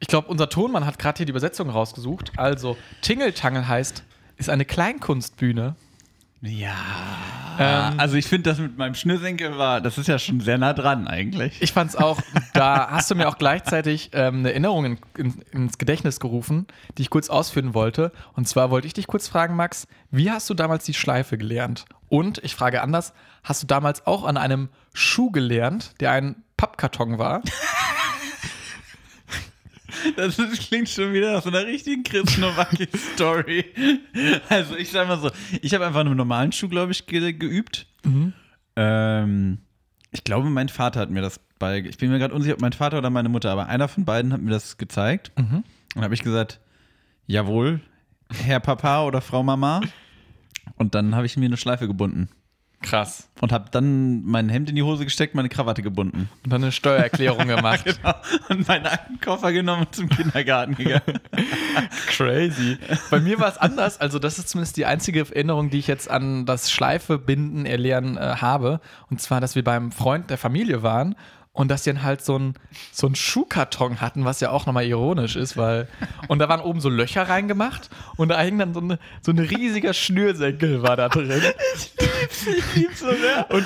Ich glaube, unser Tonmann hat gerade hier die Übersetzung rausgesucht. Also Tingeltangel heißt, ist eine Kleinkunstbühne. Ja. Ähm, also ich finde das mit meinem Schnürsenkel war, das ist ja schon sehr nah dran eigentlich. Ich fand's auch, da hast du mir auch gleichzeitig ähm, eine Erinnerung in, in, ins Gedächtnis gerufen, die ich kurz ausführen wollte. Und zwar wollte ich dich kurz fragen, Max, wie hast du damals die Schleife gelernt? Und ich frage anders, hast du damals auch an einem Schuh gelernt, der ein Pappkarton war? Das ist, klingt schon wieder nach so einer richtigen Chris Nowacki-Story. Also ich sag mal so, ich habe einfach einen normalen Schuh, glaube ich, ge geübt. Ähm, ich glaube, mein Vater hat mir das bei. Ich bin mir gerade unsicher, ob mein Vater oder meine Mutter, aber einer von beiden hat mir das gezeigt. Und habe ich gesagt, jawohl, Herr Papa oder Frau Mama. Und dann habe ich mir eine Schleife gebunden. Krass. Und habe dann mein Hemd in die Hose gesteckt, meine Krawatte gebunden. Und dann eine Steuererklärung gemacht. Und meinen alten Koffer genommen und zum Kindergarten gegangen. Crazy. Bei mir war es anders. Also, das ist zumindest die einzige Erinnerung, die ich jetzt an das Schleifebinden erlernen äh, habe. Und zwar, dass wir beim Freund der Familie waren und dass die dann halt so einen so einen Schuhkarton hatten, was ja auch nochmal ironisch ist, weil. Und da waren oben so Löcher reingemacht und da hing dann so, eine, so ein riesiger Schnürsenkel war da drin. Und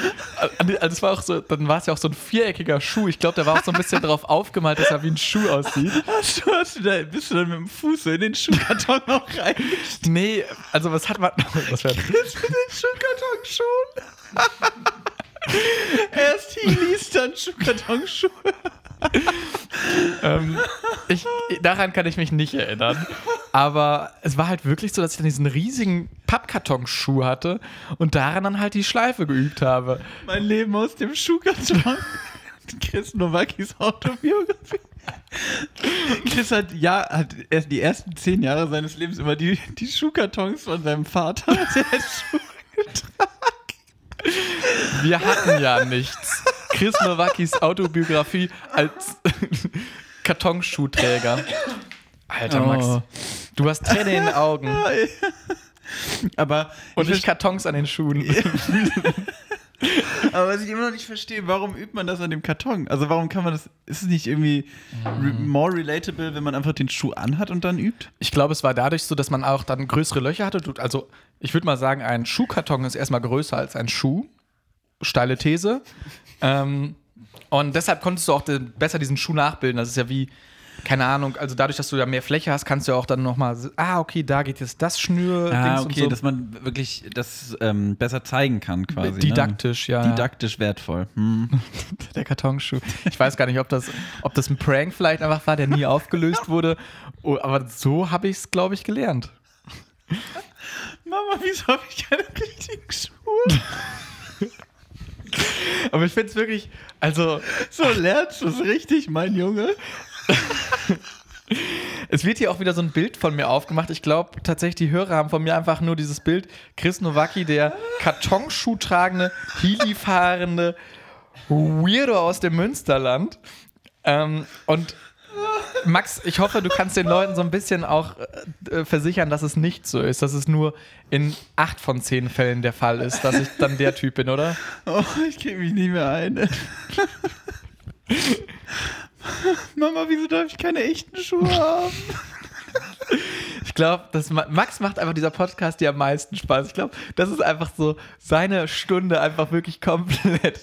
äh, also es war auch so, dann war es ja auch so ein viereckiger Schuh. Ich glaube, der war auch so ein bisschen drauf aufgemalt, dass er wie ein Schuh aussieht. Hast du, hast du da, bist du dann mit dem Fuß so in den Schuhkarton noch rein? Nee, also was hat man. [LAUGHS] Was [LAUGHS] war Bist du den Schuhkarton schon? [LAUGHS] Erst Heelys, dann Schuhkartonschuhe. ähm, ich, daran kann ich mich nicht erinnern. Aber es war halt wirklich so, dass ich dann diesen riesigen Pappkartonschuh hatte und daran dann halt die Schleife geübt habe. Mein Leben aus dem Schuhkarton. Chris Nowakis Autobiografie. Chris hat, ja, hat erst die ersten zehn Jahre seines Lebens immer die, die Schuhkartons von seinem [LAUGHS] Vater. Der Schuh- Wir hatten ja nichts. Chris Nowakis Autobiografie als [LAUGHS] Kartonschuhträger. Alter, Oh. Max. Du hast Tränen in den Augen Aber und ich nicht Kartons an den Schuhen. Aber was ich immer noch nicht verstehe, warum übt man das an dem Karton? Also warum kann man das, ist es nicht irgendwie re more relatable, wenn man einfach den Schuh anhat und dann übt? Ich glaube, es war dadurch so, dass man auch dann größere Löcher hatte. Du- Also, ich würde mal sagen, ein Schuhkarton ist erstmal größer als ein Schuh. Steile These. ähm, und deshalb konntest du auch den, besser diesen Schuh nachbilden. Das ist ja wie, keine Ahnung, also dadurch, dass du da mehr Fläche hast, kannst du ja auch dann nochmal, ah, okay, da geht jetzt das Schnür. Dings und so. Ah, dass man wirklich das ähm, besser zeigen kann quasi. ne? Didaktisch, ja. Didaktisch wertvoll. Hm. Der Kartonschuh. Ich weiß gar nicht, ob das, ob das ein Prank vielleicht einfach war, der nie aufgelöst wurde. Oh, aber so habe ich es, glaube ich, gelernt. Mama, wieso habe ich keine richtigen Schuhe? Aber ich finde es wirklich, also [LAUGHS] So lernst du es richtig, mein Junge. [LAUGHS] Es wird hier auch wieder so ein Bild von mir aufgemacht. Ich glaube tatsächlich, die Hörer haben von mir einfach nur dieses Bild. Chris Nowacki, der Kartonschuhtragende, Healy-fahrende Weirdo aus dem Münsterland. Ähm, und Max, ich hoffe, du kannst den Leuten so ein bisschen auch äh, versichern, dass es nicht so ist, dass es nur in acht von zehn Fällen der Fall ist, dass ich dann der Typ bin, oder? Oh, ich kriege mich nie mehr ein. [LAUGHS] Mama, wieso darf ich keine echten Schuhe haben? Ich glaube, Max macht einfach dieser Podcast ja am meisten Spaß. Ich glaube, das ist einfach so seine Stunde einfach wirklich komplett.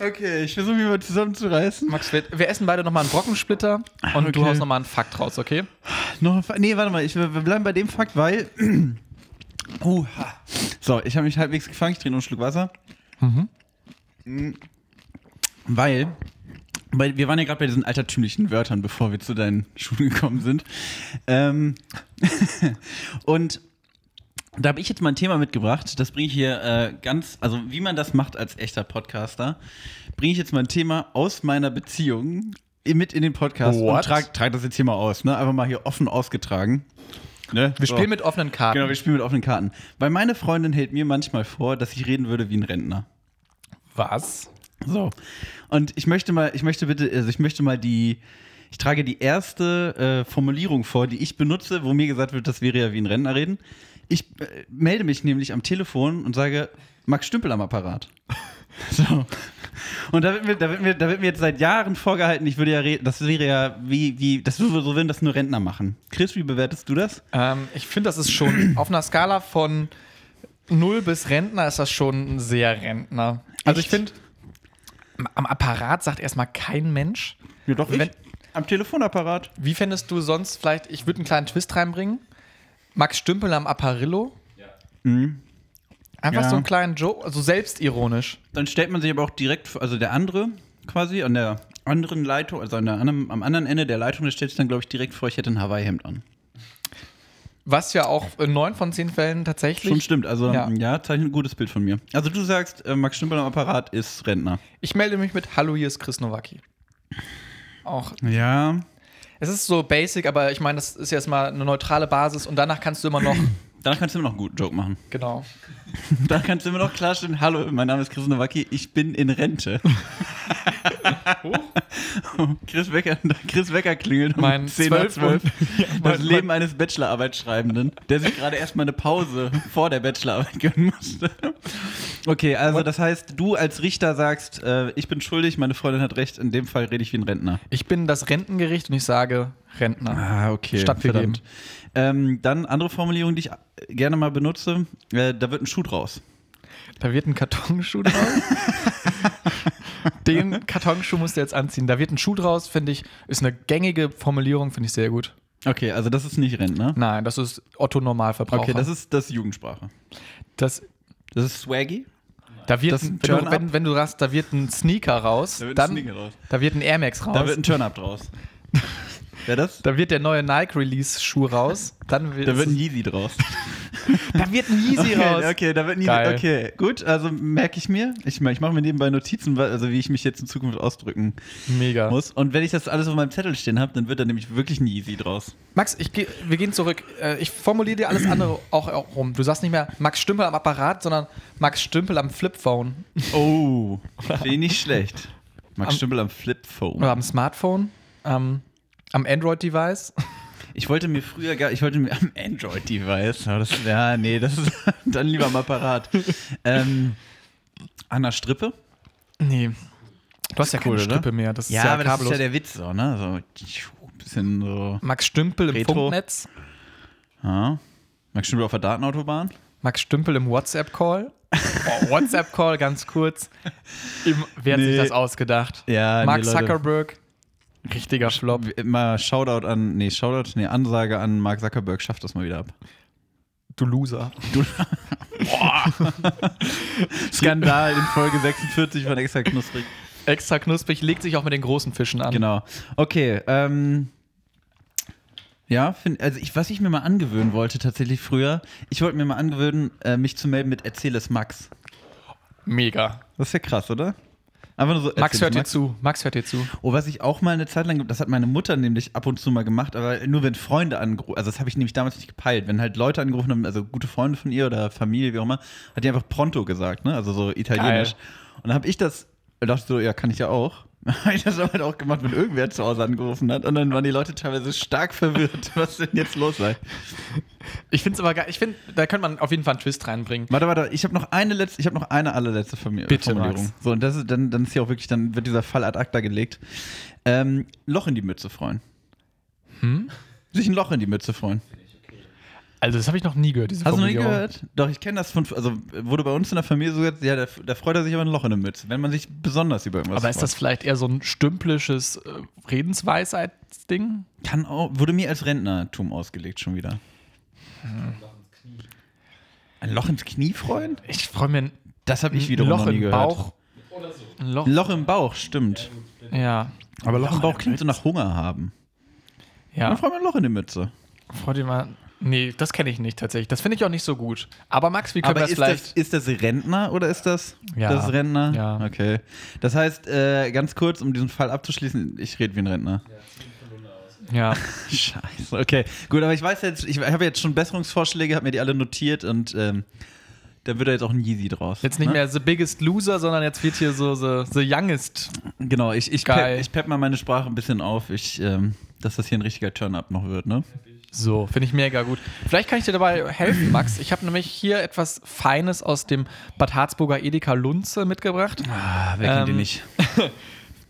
Okay, ich versuche mich mal zusammenzureißen. [LAUGHS] Max, wir, wir essen beide nochmal einen Brockensplitter und du Okay. haust nochmal einen Fakt raus, okay? Noch ein Fa- nee, warte mal, ich, wir wir bleiben bei dem Fakt, weil. Uh, ha. so, ich habe mich halbwegs gefangen, ich trinke noch einen Schluck Wasser. Mhm. Weil, weil, wir waren ja gerade bei diesen altertümlichen Wörtern, bevor wir zu deinen Schulen gekommen sind. Ähm, [LAUGHS] und da habe ich jetzt mal ein Thema mitgebracht, das bringe ich hier äh, ganz, also wie man das macht als echter Podcaster, bringe ich jetzt mal ein Thema aus meiner Beziehung mit in den Podcast und What? trage trag das jetzt hier mal aus, ne? Einfach mal hier offen ausgetragen. Ne? Wir So. spielen mit offenen Karten. Genau, wir spielen mit offenen Karten. Weil meine Freundin hält mir manchmal vor, dass ich reden würde wie ein Rentner. Was? So. Und ich möchte mal, ich möchte bitte, also ich möchte mal die, ich trage die erste äh, Formulierung vor, die ich benutze, wo mir gesagt wird, das wäre ja wie ein Rentner reden. Ich äh, melde mich nämlich am Telefon und sage, Max Stümpel am Apparat. [LAUGHS] So. Und da wird, mir, da, wird mir, da wird mir jetzt seit Jahren vorgehalten, ich würde ja reden, das wäre ja wie, wie, das so würden das nur Rentner machen. Chris, wie bewertest du das? Ähm, ich finde, das ist schon [CLEARS THROAT] auf einer Skala von 0 bis Rentner ist das schon ein sehr Rentner. Also ich Echt? finde, am Apparat sagt erstmal kein Mensch. Ja, doch, Wenn- Am Telefonapparat. Wie fändest du sonst vielleicht, ich würde einen kleinen Twist reinbringen, Max Stümpel am Apparillo? Ja. Einfach Mhm. Ja. so einen kleinen Joke, also selbstironisch. Dann stellt man sich aber auch direkt, also der andere quasi an der anderen Leitung, also an der anderen, am anderen Ende der Leitung, der stellt sich dann, glaube ich, direkt vor, ich hätte ein Hawaii-Hemd an. Was ja auch in neun von zehn Fällen Schon tatsächlich. stimmt, also ja. Ja. zeichnet ein gutes Bild von mir. Also du sagst, äh, Max Stümpel am Apparat ist Rentner. Ich melde mich mit Hallo, hier ist Chris Nowacki. Auch. Ja. Es ist so basic, aber ich meine, das ist jetzt mal eine neutrale Basis und danach kannst du [CLEARS THROAT] immer noch. Danach kannst du immer noch einen guten Joke machen. [LAUGHS] genau. Danach kannst du immer noch klarstellen, hallo, mein Name ist Chris Nowacki, ich bin in Rente. [LAUGHS] Chris Wecker, Chris Wecker klingelt um Mein 10 nach 12. zwölf- [LAUGHS] Ja, mein- das Leben eines Bachelorarbeitsschreibenden, der sich gerade erstmal eine [LAUGHS] Pause vor der Bachelorarbeit gönnen musste. Okay, also das heißt, du als Richter sagst, äh, ich bin schuldig, meine Freundin hat recht, in dem Fall rede ich wie ein Rentner. Ich bin das Rentengericht und ich sage Rentner. Ah, okay. Stattgegeben. Verdammt. Ähm, dann andere Formulierung, die ich äh, gerne mal benutze, äh, da wird ein Schuh draus. Da wird ein Kartonschuh draus. Den Kartonschuh musst du jetzt anziehen. Da wird ein Schuh draus, finde ich, ist eine gängige Formulierung, finde ich sehr gut. Okay, also das ist nicht Rentner. Nein, das ist Otto Normalverbraucher. Okay, das ist das ist Jugendsprache. das, Das ist Swaggy. da wird Das ein, wenn, Turn-up. du, wenn, wenn du sagst, da wird ein Sneaker raus, Da wird ein dann Sneaker raus. da wird ein Air Max raus. Da wird ein Turn-Up [LAUGHS] draus. Wer das? Da wird der neue Nike Release Schuh raus. Dann wird, Da wird ein Yeezy draus. Da wird ein Yeezy okay, raus. Okay, da wird nie. Geil. Okay, gut, also merke ich mir. Ich, mein, ich mache mir nebenbei Notizen, wa- also wie ich mich jetzt in Zukunft ausdrücken Mega. muss. Und wenn ich das alles auf meinem Zettel stehen habe, dann wird da nämlich wirklich ein Yeezy draus. Max, ich geh, wir gehen zurück. Äh, Ich formuliere dir alles andere auch, auch rum. Du sagst nicht mehr Max Stümpel am Apparat, sondern Max Stümpel am Flipphone. Oh, finde ich nicht schlecht. Max Am- Stümpel am Flipphone. Oder am Smartphone, am, am Android-Device. [LAUGHS] Ich wollte mir früher gar, ich wollte mir am Android-Device, aber das, ja, nee, das ist [LAUGHS] dann lieber am Apparat. ähm, an der Strippe? Nee. Du hast ja cool, keine oder? Strippe mehr. Das Ja, ist ja aber das ist ja kabellos. der Witz, so, ne? So, tschu, bisschen so. Max Stümpel im Retro. Funknetz, Ja. Max Stümpel auf der Datenautobahn? Max Stümpel im [LAUGHS] WhatsApp-Call. Oh, WhatsApp-Call, ganz kurz. Im, wer hat Nee. sich das ausgedacht? Ja, Mark nee, Leute. Zuckerberg. Richtiger Flop. Immer Shoutout an, nee, Shoutout, nee, Ansage an Mark Zuckerberg, schafft das mal wieder ab. Du Loser. [LAUGHS] Skandal in Folge 46 von Extra Knusprig. Extra knusprig, legt sich auch mit den großen Fischen an. Genau. Okay, ähm. Ja, find, also ich, was ich mir mal angewöhnen wollte tatsächlich früher, ich wollte mir mal angewöhnen, äh, mich zu melden mit Erzähl es Max. Mega. Das ist ja krass, oder? Einfach nur so. Max "Erzähl hört es dir zu. Max hört dir zu. Oh, was ich auch mal eine Zeit lang, das hat meine Mutter nämlich ab und zu mal gemacht, aber nur wenn Freunde angerufen, also das habe ich nämlich damals nicht gepeilt, wenn halt Leute angerufen haben, also gute Freunde von ihr oder Familie, wie auch immer, hat die einfach pronto gesagt, ne? Also so italienisch. Und dann habe ich das, dachte so, ja, kann ich ja auch. [LAUGHS] Habe ich das aber halt auch gemacht, wenn irgendwer zu Hause angerufen hat. Und dann waren die Leute teilweise stark verwirrt, [LAUGHS] was denn jetzt los sei. Ich finde es aber geil. Ich finde, da könnte man auf jeden Fall einen Twist reinbringen. Warte, warte, ich habe noch eine letzte, ich habe noch eine allerletzte Formi- Bitte, Formulierung. Max. So, und das ist, dann, dann ist hier auch wirklich, dann wird dieser Fall ad acta gelegt. Ähm, Loch in die Mütze freuen. Hm? Sich ein Loch in die Mütze freuen. Also, das habe ich noch nie gehört, diese Hast du noch nie Formulierung. gehört? Doch, ich kenne das von, also wurde bei uns in der Familie so gesagt, ja, da, da freut er sich aber ein Loch in der Mütze, wenn man sich besonders über irgendwas Aber ist das freut. vielleicht eher so ein stümplisches äh, Redensweisheitsding? Kann auch, wurde mir als Rentnertum ausgelegt schon wieder. Ein Loch ins Knie freuen? Ich freue mir ein Das habe ich ein wiederum Loch noch nie im gehört. Bauch. Ein Loch, Ein Loch im Bauch, stimmt. ja. Aber Loch im Bauch klingt so so nach Hunger haben. Ja, Dann freut man ein Loch in die Mütze. freu dir mal. Nee, das kenne ich nicht tatsächlich. Das finde ich auch nicht so gut. Aber Max, wie können Aber wir das ist das, vielleicht. ist das Rentner oder ist das Ja. das Rentner? Ja. Okay. Das heißt, äh, ganz kurz, um diesen Fall abzuschließen, ich rede wie ein Rentner. ja. Scheiße. Okay, gut, aber ich weiß jetzt, ich habe jetzt schon Besserungsvorschläge, habe mir die alle notiert und ähm, da wird da jetzt auch ein Yeezy draus. Jetzt nicht ne? mehr The Biggest Loser, sondern jetzt wird hier so The, the Youngest. Genau, ich, ich, Geil. pep, ich pep mal meine Sprache ein bisschen auf, ich, ähm, dass das hier ein richtiger Turn-Up noch wird, ne? So, finde ich mega gut. Vielleicht kann ich dir dabei helfen, Max. Ich habe nämlich hier etwas Feines aus dem Bad Harzburger Edeka Lunze mitgebracht. Ah, wer kennt die Ähm, nicht?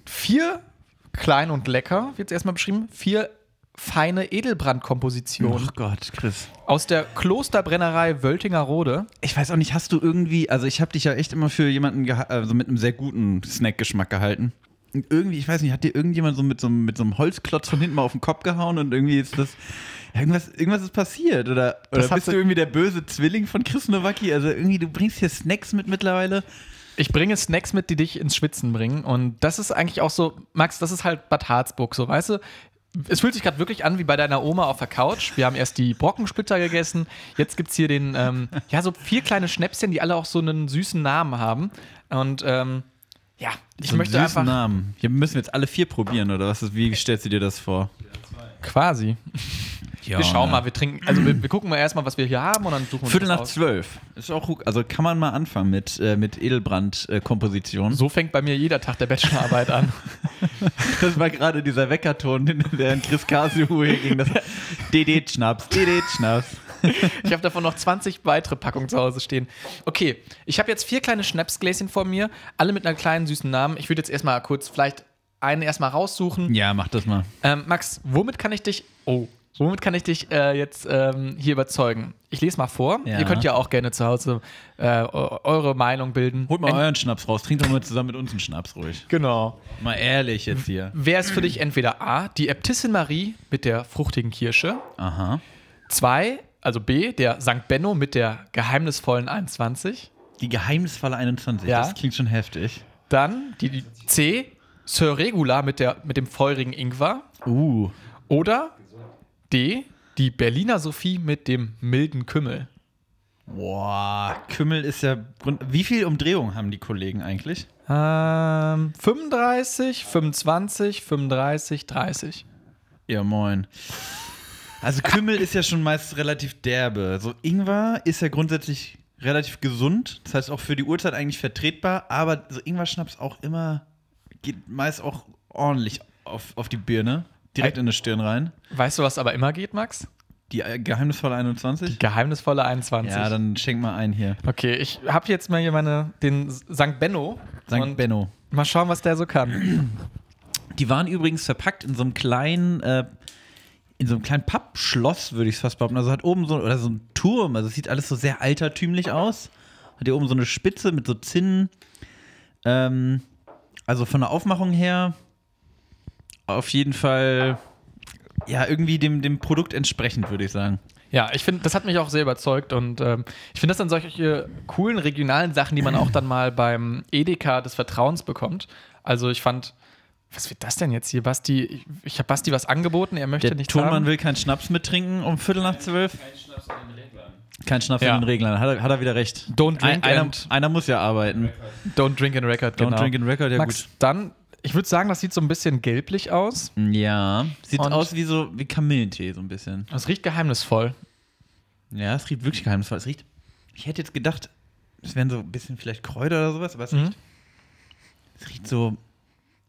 Vier, klein und lecker, wird es erstmal beschrieben, vier feine Oh Edelbrandkompositionen Gott, Chris. aus der Klosterbrennerei Wöltingerode. Ich weiß auch nicht, hast du irgendwie, also ich habe dich ja echt immer für jemanden geha- also mit einem sehr guten Snackgeschmack gehalten. Und irgendwie, ich weiß nicht, hat dir irgendjemand so mit so, einem- mit so einem Holzklotz von hinten mal auf den Kopf gehauen und irgendwie ist das. ja, Irgendwas, irgendwas ist passiert oder, oder hat bist so- du irgendwie der böse Zwilling von Chris Nowacki? Also irgendwie, du bringst hier Snacks mit mittlerweile. Ich bringe Snacks mit, die dich ins Schwitzen bringen. Und das ist eigentlich auch so, Max, das ist halt Bad Harzburg, so weißt du. Es fühlt sich gerade wirklich an wie bei deiner Oma auf der Couch. Wir haben erst die Brockensplitter gegessen. Jetzt gibt es hier den, ähm, ja, so vier kleine Schnäpschen, die alle auch so einen süßen Namen haben. Und ähm, ja, ich So einen möchte süßen einfach. Namen. Hier müssen wir jetzt alle vier probieren oder was? ist- Wie stellst du dir das vor? Quasi. wir schauen mal, wir trinken, also wir, wir gucken mal erstmal, was wir hier haben und dann suchen wir uns ne. Viertel das nach aus. zwölf. Ist auch, gut. also kann man mal anfangen mit, äh, mit Edelbrand-Komposition. So fängt bei mir jeder Tag der [LAUGHS] Bachelorarbeit an. Das war gerade dieser Weckerton, den der in Chris Casio hier ging. Das DD-Schnaps, DD-Schnaps. Ich habe davon noch 20 weitere Packungen zu Hause stehen. Okay, ich habe jetzt vier kleine Schnapsgläschen vor mir, alle mit einer kleinen süßen Namen. Ich würde jetzt erstmal kurz vielleicht einen erstmal raussuchen. Ja, mach das mal. Ähm, Max, womit kann ich dich. Oh. Womit kann ich dich äh, jetzt ähm, hier überzeugen? Ich lese mal vor. Ja. Ihr könnt ja auch gerne zu Hause äh, eu- eure Meinung bilden. Holt mal Ent- euren Schnaps raus. Trinkt doch mal zusammen mit uns einen Schnaps ruhig. Genau. Mal ehrlich jetzt hier. Wer ist für dich entweder A, die Äbtissin Marie mit der fruchtigen Kirsche, Aha. 2, also B, der St. Benno mit der geheimnisvollen 21, Die Geheimnisfalle 21. Ja. Das klingt schon heftig. Dann die, die C, Sir Regula mit, der, mit dem feurigen Ingwer. Uh. Oder D, die Berliner Sophie mit dem milden Kümmel. Boah, Kümmel ist ja. Grund Wie viel Umdrehungen haben die Kollegen eigentlich? Ähm, 35, 25, 35, 30. Ja, moin. Also Kümmel ist ja schon meist relativ derbe. So Ingwer ist ja grundsätzlich relativ gesund, das heißt auch für die Uhrzeit eigentlich vertretbar, aber so Ingwer-Schnaps auch immer, geht meist auch ordentlich auf, auf die Birne, direkt in die Stirn rein. Weißt du, was aber immer geht, Max? Die äh, geheimnisvolle 21? Geheimnisvolle 21. Ja, dann schenk mal einen hier. okay, ich habe jetzt mal hier meine, den St. Benno. St. und Benno. Mal schauen, was der so kann. Die waren übrigens verpackt in so einem kleinen, äh, in so einem kleinen Pappschloss, würde ich es fast behaupten. Also hat oben so, oder so ein Turm, also es sieht alles so sehr altertümlich aus. Hat hier oben so eine Spitze mit so Zinnen. Ähm, also von der Aufmachung her auf jeden Fall, ja, irgendwie dem, dem Produkt entsprechend, würde ich sagen. Ja, ich finde, das hat mich auch sehr überzeugt und ähm, ich finde das dann solche coolen regionalen Sachen, die man auch dann mal beim Edeka des Vertrauens bekommt. Also ich fand, was wird das denn jetzt hier, Basti? Ich, ich habe Basti was angeboten, er möchte Der nichts Tonmann haben. will keinen Schnaps mittrinken um Viertel nach zwölf. Kein Schnaps Ja. in den Reglern. Hat er, hat er wieder recht. Don't drink Ein, einer, and- einer muss ja arbeiten. Don't drink and record, Don't genau. drink and record, ja Max, gut. dann, ich würde sagen, das sieht so ein bisschen gelblich aus. Ja, sieht Und- aus wie so wie Kamillentee so ein bisschen. Es riecht geheimnisvoll. Ja, es riecht wirklich geheimnisvoll. Es riecht. Ich hätte jetzt gedacht, es wären so ein bisschen vielleicht Kräuter oder sowas, aber es, riecht, es riecht so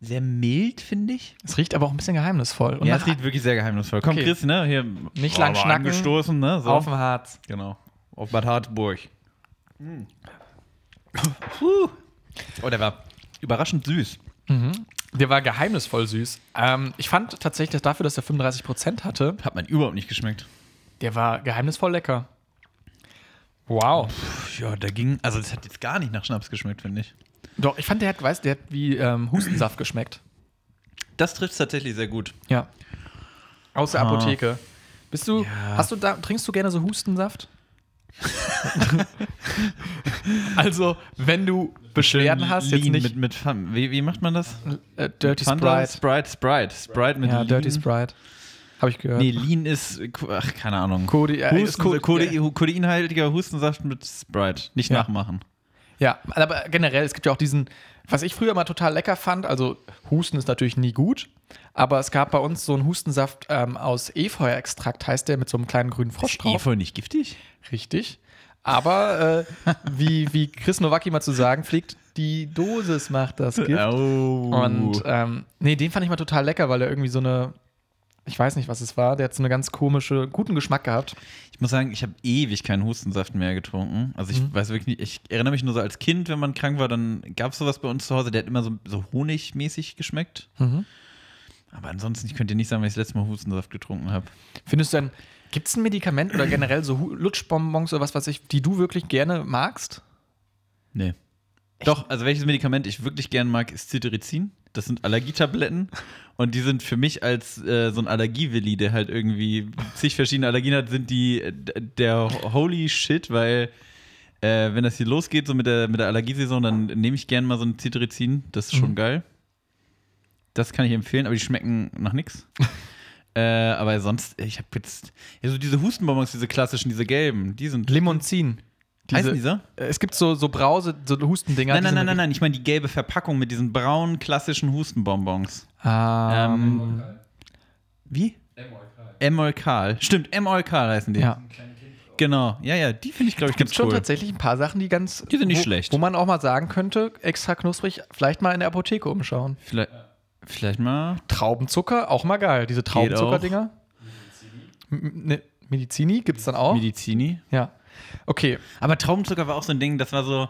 sehr mild, finde ich. Es riecht aber auch ein bisschen geheimnisvoll. Und ja, nach- es riecht wirklich sehr geheimnisvoll. Komm, Okay. Chris, ne? Hier Nicht lang aber schnacken. Angestoßen, ne? So. auf dem Harz. genau. Auf Bad Harzburg. Puh. Oh, der war überraschend süß. Der war geheimnisvoll süß. Ähm, ich fand tatsächlich dass dafür, dass er 35% hatte, Hat man überhaupt nicht geschmeckt. der war geheimnisvoll lecker. Wow. Pff, ja, da ging. Also, das hat jetzt gar nicht nach Schnaps geschmeckt, finde ich. Doch, ich fand, der hat, weißt, der hat wie ähm, Hustensaft geschmeckt. Das trifft tatsächlich sehr gut. Ja. Aus der Ah. Apotheke. Bist du, Ja. hast du da, trinkst du gerne [LAUGHS] so Hustensaft? also, wenn du Beschwerden hast, jetzt Lean nicht Mit, mit Fun- wie, wie macht man das? äh, Dirty Fanta? Sprite. Sprite, Sprite. Sprite mit Ja, Lean. Dirty Sprite. Habe ich gehört. Nee, Lean ist, äh, Ko- ach, keine Ahnung. Kode- ja, Hus- äh, ist ein- Ko- Kode- ja. Kodeinhaltiger Hustensaft mit Sprite. Nicht Ja. nachmachen. Ja, aber generell, es gibt ja auch diesen, was ich früher mal total lecker fand, also Husten ist natürlich nie gut, aber es gab bei uns so einen Hustensaft ähm, aus Efeuerextrakt, heißt der, mit so einem kleinen grünen Frosch drauf. voll nicht giftig? Richtig. Aber äh, wie, wie Chris Nowacki mal zu sagen pflegt, die Dosis macht das Gift. Oh. Und ähm, nee, den fand ich mal total lecker, weil er irgendwie so eine, ich weiß nicht, was es war, der hat so eine ganz komische, guten Geschmack gehabt. ich muss sagen, ich habe ewig keinen Hustensaft mehr getrunken. Also Mhm. ich weiß wirklich nicht, ich erinnere mich nur so als Kind, wenn man krank war, dann gab es sowas bei uns zu Hause, der hat immer so, so honigmäßig geschmeckt. Aber ansonsten, ich könnte dir nicht sagen, wenn ich das letzte Mal Hustensaft getrunken habe. Findest du denn, gibt es ein Medikament oder generell so Hu- Lutschbonbons oder was weiß ich, die du wirklich gerne magst? Nee. Doch, also welches Medikament ich wirklich gern mag, ist Cetirizin. Das sind Allergietabletten und die sind für mich als äh, so ein Allergiewilli, der halt irgendwie zig verschiedene Allergien hat, sind die äh, d- der holy shit, weil äh, wenn das hier losgeht, so mit der, mit der Allergiesaison, dann nehme ich gern mal so ein Cetirizin. Das ist schon geil. Das kann ich empfehlen, aber die schmecken nach [LAUGHS] nichts. äh, aber sonst, ich habe jetzt, ja, so diese Hustenbonbons, diese klassischen, diese gelben, die sind. Limonzin. Heißen die so? Äh, Es gibt so, so Brause, so Hustendinger. nein, nein, nein, nein, nein, ich meine die gelbe Verpackung mit diesen braunen klassischen Hustenbonbons. Ah, Ähm, wie? Emolkal. Stimmt, Emolkal heißen die. ja. Genau. Ja, ja, die finde ich, glaube ich, Gibt ganz schon Ähm, cool. tatsächlich ein paar Sachen, die ganz. Die sind nicht wo, schlecht. Wo man auch mal sagen könnte, extra knusprig, vielleicht mal in der Apotheke umschauen. Vielleicht, vielleicht mal. Traubenzucker, auch mal geil. Diese Traubenzucker-Dinger. M- Ne, Medizini gibt es dann auch. Medizini. ja. Okay. Oh. Aber Traubenzucker war auch so ein Ding, das war so,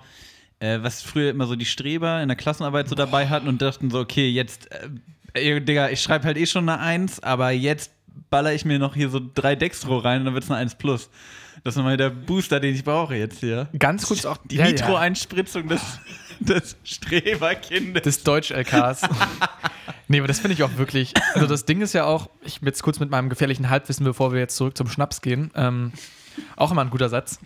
äh, was früher immer so die Streber in der Klassenarbeit so dabei hatten und dachten so, okay, jetzt, äh, ey, Digga, ich schreibe halt eh schon eine Eins, aber jetzt baller ich mir noch hier so drei Dextro rein und dann wird es eine Eins plus. Das ist nochmal der Booster, den ich brauche jetzt hier. Ganz kurz auch Die Ja, ja. Nitro-Einspritzung des, des Streberkindes. des Deutsch-LKs. nee, aber das finde ich auch wirklich. Also, das Ding ist ja auch, ich jetzt kurz mit meinem gefährlichen Halbwissen, bevor wir jetzt zurück zum Schnaps gehen, ähm, auch immer ein guter Satz.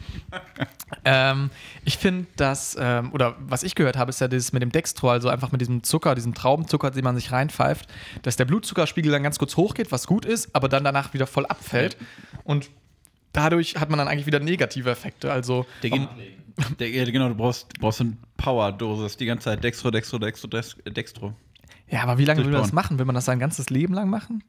Ähm, ich finde, dass, ähm, oder was ich gehört habe, ist ja dieses mit dem Dextro, also einfach mit diesem Zucker, diesem Traubenzucker, den man sich reinpfeift, dass der Blutzuckerspiegel dann ganz kurz hochgeht, was gut ist, aber dann danach wieder voll abfällt. Und dadurch hat man dann eigentlich wieder negative Effekte. Also Der geht, der, ja, genau, du brauchst, brauchst so eine Power-Dosis die ganze Zeit. Dextro, Dextro, Dextro, Dex- äh, Dextro. ja, aber wie lange will man das Durchbauen. machen? Will man das sein ganzes Leben lang machen?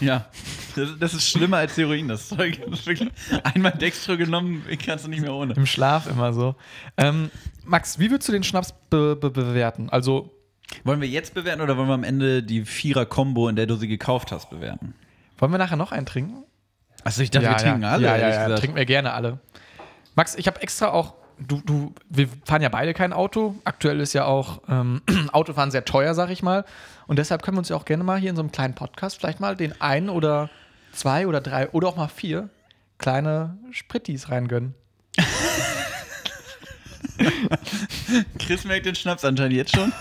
Ja, das, das ist schlimmer als Heroin, das Zeug. Das ist wirklich- Einmal Dextro genommen, kannst du nicht mehr ohne. Im Schlaf immer so. Ähm, Max, wie würdest du den Schnaps be be bewerten? Also Wollen wir jetzt bewerten oder wollen wir am Ende die Vierer-Kombo, in der du sie gekauft hast, bewerten? wollen wir nachher noch einen trinken? Achso, Also ich dachte, wir trinken alle. Ja, ehrlich ja, ja gesagt. trinken wir gerne alle. Max, ich habe extra auch, du, du, wir fahren ja beide kein Auto. Aktuell ist ja auch ähm, [CLEARS THROAT] Autofahren sehr teuer, sag ich mal. Und deshalb können wir uns ja auch gerne mal hier in so einem kleinen Podcast vielleicht mal den einen oder zwei oder drei oder auch mal vier kleine Sprittis reingönnen. Chris merkt den Schnaps anscheinend jetzt [LAUGHS] schon.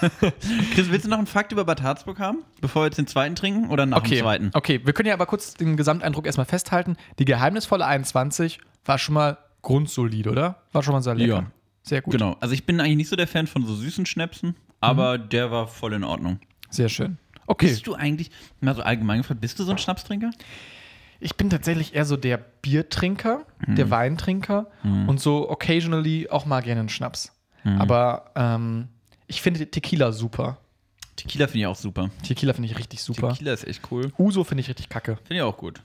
Chris, willst du noch einen Fakt über Bad Harzburg haben, bevor wir jetzt den zweiten trinken oder nach Okay, dem zweiten? okay, wir können ja aber kurz den Gesamteindruck erstmal festhalten. Die geheimnisvolle 21 war schon mal grundsolid, oder? War schon mal sehr lecker. Ja. Sehr gut. Genau. Also ich bin eigentlich nicht so der Fan von so süßen Schnäpsen, aber der war voll in Ordnung. Sehr schön. Mhm. Okay. Bist du eigentlich, mal so allgemein gefragt, bist du so ein Schnapstrinker? Ich bin tatsächlich eher so der Biertrinker, Mhm. der Weintrinker und so occasionally auch mal gerne einen Schnaps. Mhm. Aber ähm, ich finde Tequila super. Tequila finde ich auch super. Tequila finde ich richtig super. Tequila ist echt cool. Uso finde ich richtig kacke. Finde ich auch gut.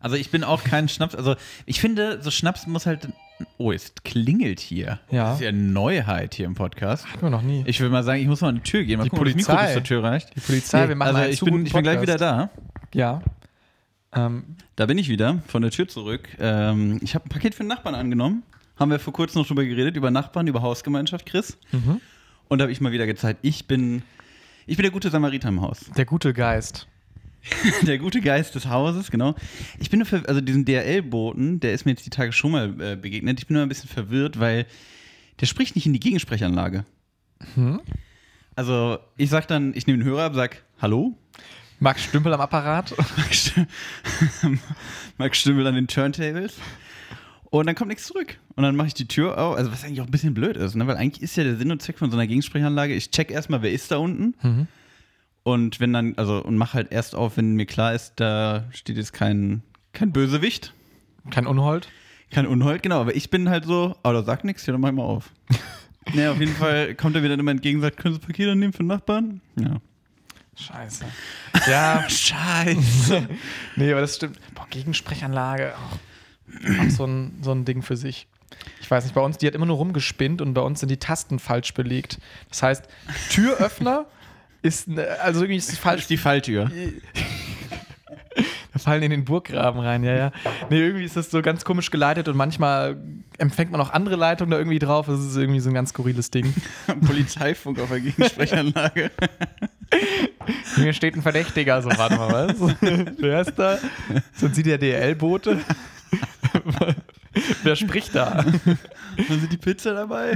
Also ich bin auch kein Schnaps, also ich finde, so Schnaps muss halt, oh, es klingelt hier. Ja. Das ist ja eine Neuheit hier im Podcast. Hatten wir noch nie. Ich will mal sagen, ich muss mal an die Tür gehen, mal Die gucken, ob das Mikro Polizei. bis zur Tür reicht. Die Polizei, wir machen also einen ich zu bin, guten ich bin gleich wieder Podcast. da. ja. Ähm, Da bin ich wieder, von der Tür zurück. Ähm, ich habe ein Paket für den Nachbarn angenommen. Haben wir vor kurzem noch drüber geredet, über Nachbarn, über Hausgemeinschaft, Chris. Und da habe ich mal wieder gezeigt, ich bin, ich bin der gute Samariter im Haus. [LAUGHS] der gute Geist. Der gute Geist des Hauses, genau. Ich bin nur verw- also diesen DRL-Boten, der ist mir jetzt die Tage schon mal äh, begegnet. Ich bin nur ein bisschen verwirrt, weil der spricht nicht in die Gegensprechanlage. Also ich sag dann, ich nehme den Hörer ab, sag Hallo. Max Stümpel am Apparat. Max [LAUGHS] Stüm- Max Stümmel an den Turntables. Und dann kommt nichts zurück. Und dann mache ich die Tür auf, also was eigentlich auch ein bisschen blöd ist, ne? weil eigentlich ist ja der Sinn und Zweck von so einer Gegensprechanlage, ich check erstmal, wer ist da unten. Und wenn dann, also, und mach halt erst auf, wenn mir klar ist, da steht jetzt kein, kein Bösewicht, Kein Unhold. kein Unhold, genau. Aber ich bin halt so, oh, da sagt nichts, ja, dann mach ich mal [LAUGHS] auf. naja, auf jeden Fall kommt er mir dann immer entgegen und sagt, können Sie das Paket annehmen für den Nachbarn? Ja. Scheiße. [LAUGHS] Ja, Scheiße. nee, aber das stimmt. Boah, Gegensprechanlage. Auch, auch so, ein, so ein Ding für sich. Ich weiß nicht, bei uns, die hat immer nur rumgespinnt und bei uns sind die Tasten falsch belegt. Das heißt, Türöffner ist, ne- also irgendwie ist es Das falsch. ist die Falltür. Wir fallen in den Burggraben rein, ja, ja. Nee, irgendwie ist das so ganz komisch geleitet und manchmal empfängt man auch andere Leitungen da irgendwie drauf. Das ist irgendwie so ein ganz skurriles Ding. [LAUGHS] Polizeifunk auf der Gegensprechanlage. Hier steht ein Verdächtiger, so warte mal, was? Wer ist da? Sind Sie der DL-Bote? [LAUGHS] Wer spricht da? Dann sind die Pizza dabei.